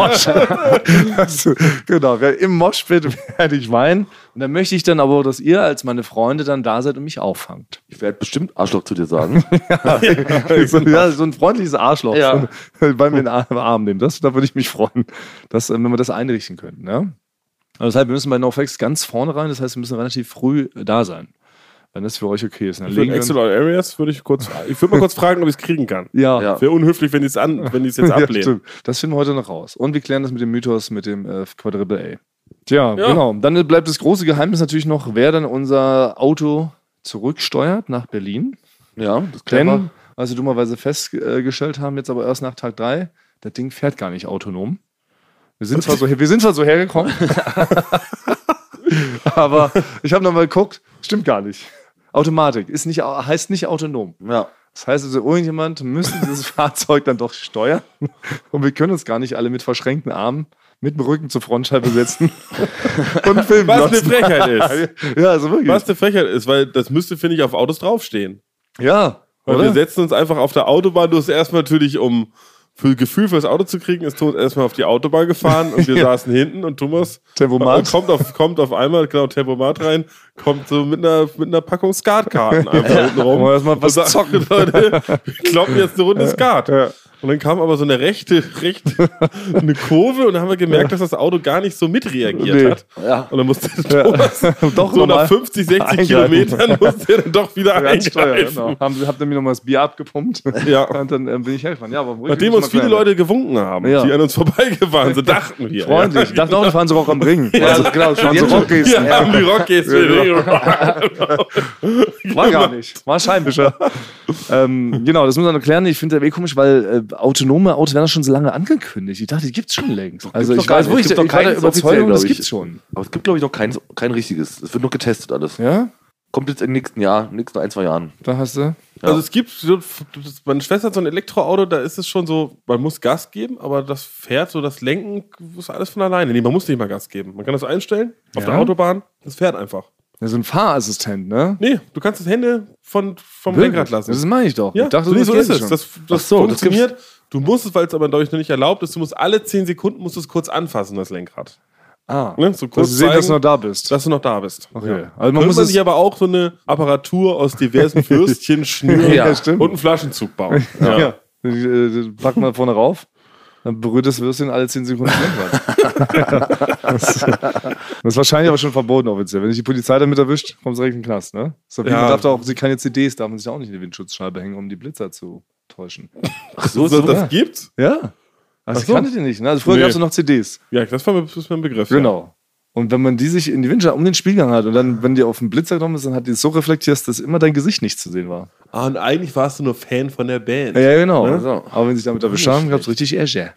Speaker 2: rummosche. Also, genau, wer- im Moshpit werde ich weinen. Und dann möchte ich dann aber, dass ihr als meine Freunde dann da seid und mich auffangt.
Speaker 3: Ich werde bestimmt Arschloch zu dir sagen.
Speaker 2: so, ja, so ein freundliches Arschloch
Speaker 3: Ja.
Speaker 2: so ein- bei mir in den Ar- Arm nehmen. Das, da würde ich mich freuen, dass, äh, wenn wir das einrichten könnten. Ja? Also deshalb, wir müssen bei NoFX ganz vorne rein. Das heißt, wir müssen relativ früh äh, da sein. Wenn das für euch okay ist. Dann
Speaker 4: Für
Speaker 2: legen wir-
Speaker 4: Excel All Areas würde ich kurz, ich würde mal kurz fragen, ob ich es kriegen kann.
Speaker 2: ja,
Speaker 3: Ja.
Speaker 4: Wäre unhöflich, wenn die es an, wenn die es jetzt
Speaker 2: Ja,
Speaker 4: ablehnen.
Speaker 2: stimmt. das finden wir heute noch raus. Und wir klären das mit dem Mythos mit dem äh, Quadruple A. Tja,
Speaker 4: Ja.
Speaker 2: genau. Dann bleibt das große Geheimnis natürlich noch, wer dann unser Auto zurücksteuert nach Berlin.
Speaker 3: ja, das klären wir.
Speaker 2: Denn, was wir dummerweise festgestellt haben, jetzt aber erst nach Tag 3, das Ding fährt gar nicht autonom. Wir sind zwar so, her- wir sind zwar so hergekommen, aber ich habe nochmal geguckt, stimmt gar nicht. Automatik ist nicht, au- heißt nicht autonom.
Speaker 3: Ja.
Speaker 2: Das heißt also, irgendjemand müsste dieses Fahrzeug dann doch steuern. Und wir können uns gar nicht alle mit verschränkten Armen mit dem Rücken zur Frontscheibe setzen und filmen
Speaker 4: Was eine
Speaker 2: lassen.
Speaker 4: Frechheit ist.
Speaker 2: Ja, also wirklich.
Speaker 4: Was eine Frechheit ist, weil das müsste, finde ich, auf Autos draufstehen.
Speaker 2: Ja,
Speaker 4: Weil wir
Speaker 2: oder?
Speaker 4: setzen uns einfach auf der Autobahn. Du hast erstmal natürlich, um für Gefühl fürs Auto zu kriegen, ist Tod erstmal auf die Autobahn gefahren und wir saßen hinten und Thomas
Speaker 2: Tempomat.
Speaker 4: kommt auf, kommt auf einmal, genau, Tempomat rein, kommt so mit einer, mit einer Packung Skatkarten einfach hinten rum.
Speaker 2: Wollen wir erstmal was
Speaker 4: Und sagt,
Speaker 2: zocken?
Speaker 4: Leute, wir kloppen jetzt eine Runde Skat.
Speaker 2: Ja.
Speaker 4: Und dann kam aber so eine rechte, rechte, eine Kurve und dann haben wir gemerkt, dass das Auto gar nicht so mitreagiert
Speaker 2: Nee.
Speaker 4: hat.
Speaker 3: Ja.
Speaker 4: Und dann musste Thomas
Speaker 2: Doch
Speaker 4: so
Speaker 2: nochmal
Speaker 4: nach 50, 60
Speaker 2: eingreifen.
Speaker 4: Kilometern musste er dann doch wieder
Speaker 2: Ganz teuer,
Speaker 4: eingreifen.
Speaker 2: genau. Haben, sie- habt ihr mir nochmal das Bier abgepumpt?
Speaker 4: Ja.
Speaker 2: Und dann ähm, bin ich helfen. Ja, aber ruhig,
Speaker 4: Nachdem
Speaker 2: muss
Speaker 4: uns
Speaker 2: man
Speaker 4: viele
Speaker 2: klein-
Speaker 4: Leute gewunken haben,
Speaker 2: Ja.
Speaker 4: die an uns vorbeigefahren sind, dachten wir.
Speaker 2: Freundlich. Ich dachte auch, die fahren so Rock am Ring. Ja, also, genau, die fahren so
Speaker 3: Jetzt
Speaker 2: Rockgesten.
Speaker 3: schon.
Speaker 4: Ja. Wir haben die Rockgäste.
Speaker 2: War gar nicht. War Scheinwischer. ähm, genau, das muss man noch klären. Ich finde das eh komisch, weil äh, autonome Autos werden schon so lange angekündigt. Ich dachte, die gibt's schon längst. also
Speaker 3: doch
Speaker 2: ich
Speaker 3: gar
Speaker 2: weiß,
Speaker 3: nicht.
Speaker 2: wo ich
Speaker 3: Es gibt doch
Speaker 2: ich war der
Speaker 3: keins offiziell,
Speaker 2: Überzeugung,
Speaker 3: glaub
Speaker 2: das
Speaker 3: ich.
Speaker 2: gibt's schon.
Speaker 3: Aber es gibt, glaube ich, noch kein, kein richtiges. Es wird noch getestet alles.
Speaker 2: Ja,
Speaker 3: Kommt jetzt im nächsten Jahr, in den nächsten ein, zwei Jahren.
Speaker 2: da hast du.
Speaker 4: Also es gibt, so- meine Schwester hat so ein Elektroauto, da ist es schon so, man muss Gas geben, aber das fährt so, das Lenken ist alles von alleine. Nee, man muss nicht mal Gas geben. Man kann das einstellen auf
Speaker 2: Ja.
Speaker 4: der Autobahn, das fährt einfach.
Speaker 2: Ja, so ein Fahrassistent, ne?
Speaker 4: Nee, du kannst das Hände von, vom Lenkrad lassen.
Speaker 2: Das meine ich doch.
Speaker 4: ja,
Speaker 2: ich dachte,
Speaker 4: so, nee, so
Speaker 2: das
Speaker 4: ist
Speaker 2: gäbe schon.
Speaker 4: es. Das,
Speaker 3: Ach
Speaker 4: das
Speaker 3: so, das
Speaker 4: funktioniert. du musst es, weil es aber dadurch noch nicht erlaubt ist, du musst alle 10 Sekunden musst du es kurz anfassen, das Lenkrad.
Speaker 2: ah,
Speaker 4: Ne, so kurz
Speaker 2: dass sie sehen, dass du
Speaker 4: zeigen,
Speaker 2: noch da bist.
Speaker 4: Dass du noch da bist.
Speaker 2: Okay.
Speaker 4: Ja.
Speaker 2: Also man
Speaker 4: Könnte
Speaker 2: muss
Speaker 4: man
Speaker 2: es-
Speaker 4: sich aber auch so eine Apparatur aus diversen Fürstchen, Schnüren
Speaker 3: Ja,
Speaker 2: stimmt.
Speaker 4: und einen Flaschenzug bauen.
Speaker 2: Ja. Äh, Pack mal vorne rauf, dann berührt das Würstchen alle 10 Sekunden das Lenkrad. das ist wahrscheinlich aber schon verboten offiziell. Wenn dich die Polizei damit erwischt, kommst du direkt in den Knast, ne? So, wie
Speaker 4: Ja.
Speaker 2: Man darf da auch sie keine CDs, darf man sich da auch nicht in die Windschutzscheibe hängen, um die Blitzer zu täuschen.
Speaker 3: Ach so,
Speaker 4: So,
Speaker 3: das
Speaker 4: das gibt's?
Speaker 2: Ja. Also
Speaker 4: Ach so.
Speaker 2: das kannte die nicht, ne? Also früher
Speaker 4: Nee.
Speaker 2: gab es noch CDs.
Speaker 4: Ja, das war mir, das ist mir ein Begriff.
Speaker 2: Genau. Und wenn man die sich in die Windschutzscheibe um den Spielgang hat und dann, wenn die auf den Blitzer genommen ist, dann hat die es so reflektiert, dass immer dein Gesicht nicht zu sehen war.
Speaker 4: Ja. Ah, und eigentlich warst du nur Fan von der Band.
Speaker 2: Ja, genau.
Speaker 3: Ne? So.
Speaker 2: Aber wenn sie sich damit erwischt haben, gab es richtig Ärger.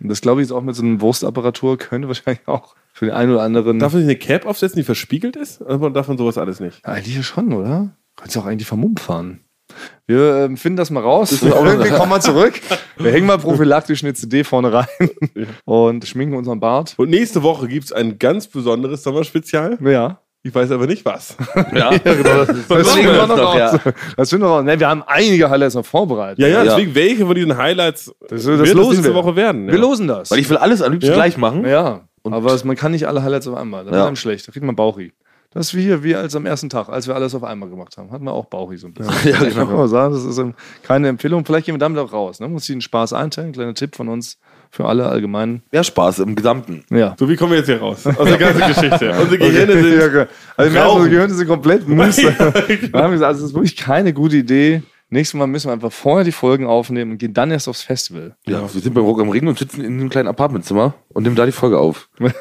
Speaker 2: Und das glaube ich jetzt auch mit so einer Wurstapparatur könnte wahrscheinlich auch für den einen oder anderen.
Speaker 4: Darf man sich eine Cap aufsetzen, die verspiegelt ist? Also darf man sowas alles nicht.
Speaker 2: eigentlich ja schon, oder? Könntest du auch eigentlich vermummt fahren. Wir ähm, finden das mal raus.
Speaker 3: ist auch-
Speaker 2: Irgendwie kommen wir zurück. Wir hängen mal prophylaktisch eine CD vorne rein und schminken unseren Bart.
Speaker 4: Und nächste Woche gibt es ein ganz besonderes Sommerspezial.
Speaker 2: Ja.
Speaker 4: Ich weiß aber nicht was.
Speaker 3: Ja, genau. Das
Speaker 4: Was
Speaker 2: Deswegen
Speaker 4: machen wir
Speaker 2: wir
Speaker 4: jetzt
Speaker 2: noch,
Speaker 3: noch,
Speaker 2: ja.
Speaker 3: ja.
Speaker 2: Das sind noch, ne, wir haben einige Highlights noch vorbereitet.
Speaker 4: Ja, ja,
Speaker 3: Ja.
Speaker 4: deswegen, welche von diesen Highlights
Speaker 2: das
Speaker 4: wird es
Speaker 2: losen wir.
Speaker 4: nächste Woche werden?
Speaker 2: Wir losen das.
Speaker 3: Weil ich will alles am liebsten
Speaker 4: Ja.
Speaker 3: gleich machen.
Speaker 2: ja,
Speaker 3: Und-
Speaker 2: aber es, man kann nicht alle Highlights auf einmal. Das
Speaker 3: Ja.
Speaker 2: ist dann schlecht. Da kriegt man Bauchi. Das ist wie hier, wie als am ersten Tag, als wir alles auf einmal gemacht haben, hatten wir auch Bauchi so ein bisschen.
Speaker 3: Ja,
Speaker 2: Ich kann mal sagen, das ist ähm, keine Empfehlung. Vielleicht gehen wir damit auch raus. Ne? Muss ich den Spaß einteilen. Kleiner Tipp von uns für alle allgemein.
Speaker 3: Mehr Spaß im Gesamten.
Speaker 2: Ja.
Speaker 4: So, wie kommen wir jetzt hier raus? Aus der ganzen Geschichte. Unsere Gehirne sind.
Speaker 2: Ja, okay. Also wir merken,
Speaker 4: Rauchen.
Speaker 2: unsere Gehirne sind komplett Muster.
Speaker 4: Ja,
Speaker 2: Wir haben gesagt, also das ist wirklich keine gute Idee. Nächstes Mal müssen wir einfach vorher die Folgen aufnehmen und gehen dann erst aufs Festival.
Speaker 3: Ja, wir sind beim Rock am Ring und sitzen in einem kleinen Apartmentzimmer und nehmen da die Folge auf.
Speaker 2: Das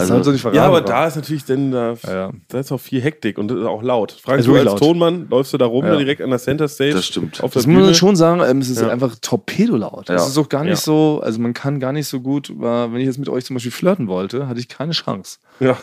Speaker 3: Also-
Speaker 2: haben sie nicht verraten.
Speaker 4: Ja, aber da ist natürlich dann, da,
Speaker 2: Ja, ja.
Speaker 4: da ist auch viel Hektik und das ist auch laut. Frank,
Speaker 2: Ist
Speaker 4: du als
Speaker 2: wirklich laut.
Speaker 4: Tonmann läufst du da rum,
Speaker 2: Ja.
Speaker 4: direkt an der Center Stage.
Speaker 3: Das stimmt.
Speaker 4: Auf der
Speaker 2: Das muss
Speaker 4: Bühne.
Speaker 2: man schon sagen, ähm, es ist
Speaker 4: Ja.
Speaker 2: einfach torpedolaut. Es
Speaker 3: Ja.
Speaker 2: ist auch gar nicht
Speaker 4: Ja.
Speaker 2: so, also man kann gar nicht so gut, äh, wenn ich jetzt mit euch zum Beispiel flirten wollte, hatte ich keine Chance,
Speaker 4: Ja.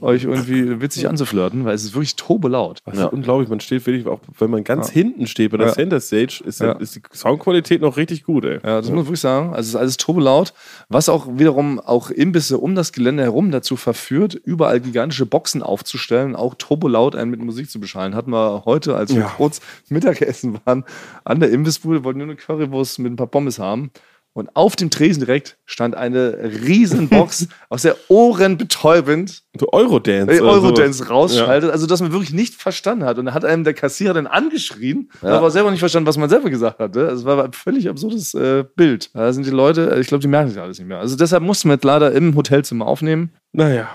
Speaker 2: euch irgendwie witzig anzuflirten, weil es ist wirklich turbelaut.
Speaker 4: Das
Speaker 3: Ja.
Speaker 4: ist unglaublich, man steht wirklich, auch wenn man ganz hinten steht bei der
Speaker 2: Ja.
Speaker 4: Center Stage, ist, dann-
Speaker 2: Ja.
Speaker 4: ist die Soundqualität noch richtig gut, ey.
Speaker 2: Ja, das muss man wirklich sagen. Also es ist alles turbolaut, was auch wiederum auch Imbisse um das Gelände herum dazu verführt, überall gigantische Boxen aufzustellen und auch turbolaut einen mit Musik zu beschallen. Hatten wir heute, als wir
Speaker 4: Ja.
Speaker 2: kurz Mittagessen waren, an der Imbissbude, wollten nur eine Currywurst mit ein paar Pommes haben. Und auf dem Tresen direkt stand eine riesen Box aus der ohrenbetäubend
Speaker 4: So Eurodance.
Speaker 2: Ey,
Speaker 4: oder sowas.
Speaker 2: Eurodance rausschaltet, also dass man wirklich nicht verstanden hat. Und dann hat einem der Kassierer dann angeschrien,
Speaker 3: Ja.
Speaker 2: hat aber selber nicht verstanden, was man selber gesagt hatte. Also, Es war ein völlig absurdes äh, Bild. Da sind die Leute, äh, ich glaube, die merken sich alles nicht mehr. Also deshalb mussten wir jetzt leider im Hotelzimmer aufnehmen.
Speaker 4: Naja.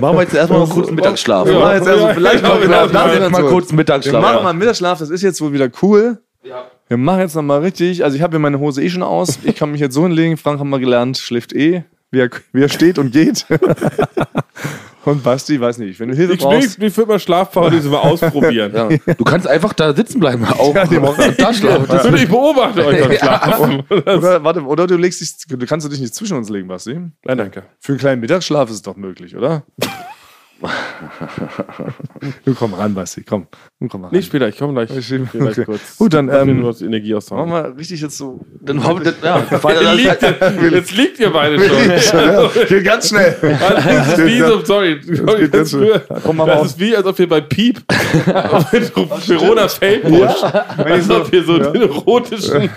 Speaker 3: Machen wir jetzt erstmal noch kurz einen Mittagsschlaf.
Speaker 4: Ja.
Speaker 3: oder?
Speaker 2: Machen jetzt erst
Speaker 4: ja,
Speaker 2: vielleicht
Speaker 4: ja,
Speaker 2: mal,
Speaker 4: genau,
Speaker 2: wieder-
Speaker 4: ja,
Speaker 2: da sind wir
Speaker 3: Jetzt mal
Speaker 2: zurück.
Speaker 3: kurz einen
Speaker 2: Wir
Speaker 3: Mittagsschlaf.
Speaker 2: machen mal einen Mittagsschlaf, das ist jetzt wohl wieder cool.
Speaker 3: Ja.
Speaker 2: Wir machen jetzt nochmal richtig, also ich habe mir meine Hose eh schon aus, ich kann mich jetzt so hinlegen, Frank haben wir gelernt, schläft eh, wie er, wie er steht und geht. und Basti, weiß nicht, wenn du Hilfe
Speaker 4: Ich,
Speaker 2: brauchst.
Speaker 4: ich, ich würde mal Schlafpause so mal ausprobieren.
Speaker 3: Ja. Du kannst einfach da sitzen bleiben. Auch
Speaker 2: Ja, die machen-
Speaker 3: da schlafen.
Speaker 4: Das würde ich beobachten euch beim Schlafen.
Speaker 2: Oder, warte, oder du legst dich, du kannst du dich nicht zwischen uns legen, Basti.
Speaker 4: Nein, danke.
Speaker 2: Für einen kleinen Mittagsschlaf ist es doch möglich, oder? du komm ran, Basti, komm. Du komm mal ran.
Speaker 4: Nicht später, ich komme gleich.
Speaker 2: Ich-
Speaker 4: ich geh gleich
Speaker 2: okay.
Speaker 4: kurz.
Speaker 2: Gut, dann,
Speaker 4: Ich hab
Speaker 2: ähm,
Speaker 4: mir nur das Energie aus
Speaker 2: Machen wir richtig jetzt so.
Speaker 3: Dann haben wir ja,
Speaker 4: Liegt, jetzt liegt ihr beide schon.
Speaker 2: Geht ganz schnell.
Speaker 4: Das ist wie so, sorry,
Speaker 2: geht
Speaker 4: das,
Speaker 2: ganz
Speaker 4: ist,
Speaker 2: schnell. Komm, mach mal
Speaker 4: das
Speaker 2: auf.
Speaker 4: ist wie, als ob wir bei Piep mit Verona Feldbusch, als ob wir so den erotischen.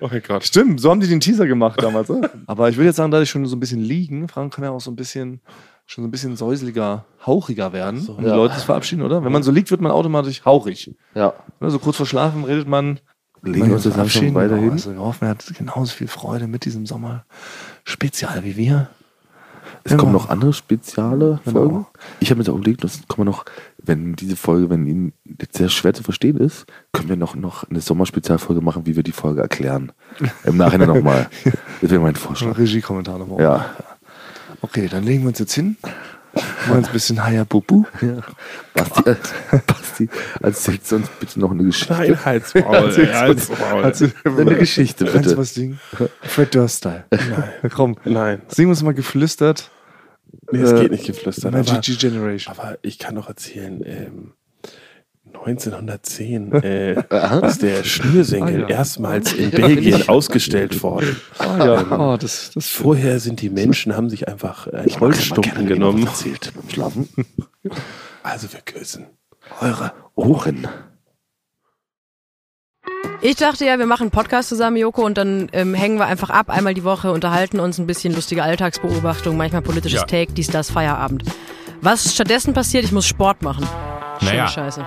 Speaker 4: Oh mein Gott.
Speaker 2: Stimmt, so haben die den Teaser gemacht damals. Oder? Aber ich würde jetzt sagen, dadurch schon so ein bisschen liegen, Frank kann ja auch so ein bisschen schon so ein bisschen säuseliger, hauchiger werden, um die
Speaker 3: ja.
Speaker 2: Leute zu verabschieden, oder? Wenn man so liegt, wird man automatisch hauchig.
Speaker 3: ja.
Speaker 2: Oder so kurz vor Schlafen redet man
Speaker 3: Legen wir uns das einfach weiter hin.
Speaker 2: Also, wir hoffen, er hat genauso viel Freude mit diesem Sommer. Spezial wie wir.
Speaker 3: Es kommen noch andere spezielle
Speaker 2: Genau.
Speaker 3: Folgen. Ich habe mir da überlegt, das kann man noch, wenn diese Folge, wenn Ihnen jetzt sehr schwer zu verstehen ist, können wir noch, noch eine Sommerspezialfolge machen, wie wir die Folge erklären. Im Nachhinein nochmal. Das wäre mein Vorschlag.
Speaker 2: Regie-Kommentare. morgen.
Speaker 3: Ja.
Speaker 2: Okay, dann legen wir uns jetzt hin. Machen uns ein bisschen Haya Bubu.
Speaker 3: Basti, Basti erzählst du uns bitte noch eine Geschichte.
Speaker 4: Nein, Halsmaul. ey, Halsmaul.
Speaker 3: Eine Geschichte,
Speaker 2: Kannst du
Speaker 3: bitte.
Speaker 2: was singen? Fred Durst-Style. Komm,
Speaker 4: Nein,
Speaker 2: sing uns mal geflüstert.
Speaker 4: nee, es
Speaker 2: Äh,
Speaker 4: geht nicht geflüstert. Aber,
Speaker 2: Magic Generation.
Speaker 4: aber ich kann doch erzählen, ähm, 1910 äh, ist der Schnürsenkel
Speaker 2: Ah, ja.
Speaker 4: erstmals in Belgien ausgestellt worden.
Speaker 2: Ah, ja. oh, das, das
Speaker 4: Vorher sind die Menschen, haben sich einfach äh, Holzstumpen genommen.
Speaker 3: Erzählt beim Schlafen.
Speaker 4: Also wir küssen.
Speaker 3: Eure Ohren.
Speaker 5: Ich dachte ja, wir machen einen Podcast zusammen, Joko, und dann ähm, hängen wir einfach ab, einmal die Woche, unterhalten uns ein bisschen lustige Alltagsbeobachtung, manchmal politisches
Speaker 6: Ja.
Speaker 5: Take, dies, das, Feierabend. Was stattdessen passiert, ich muss Sport machen. Schöne
Speaker 6: Naja.
Speaker 5: Scheiße.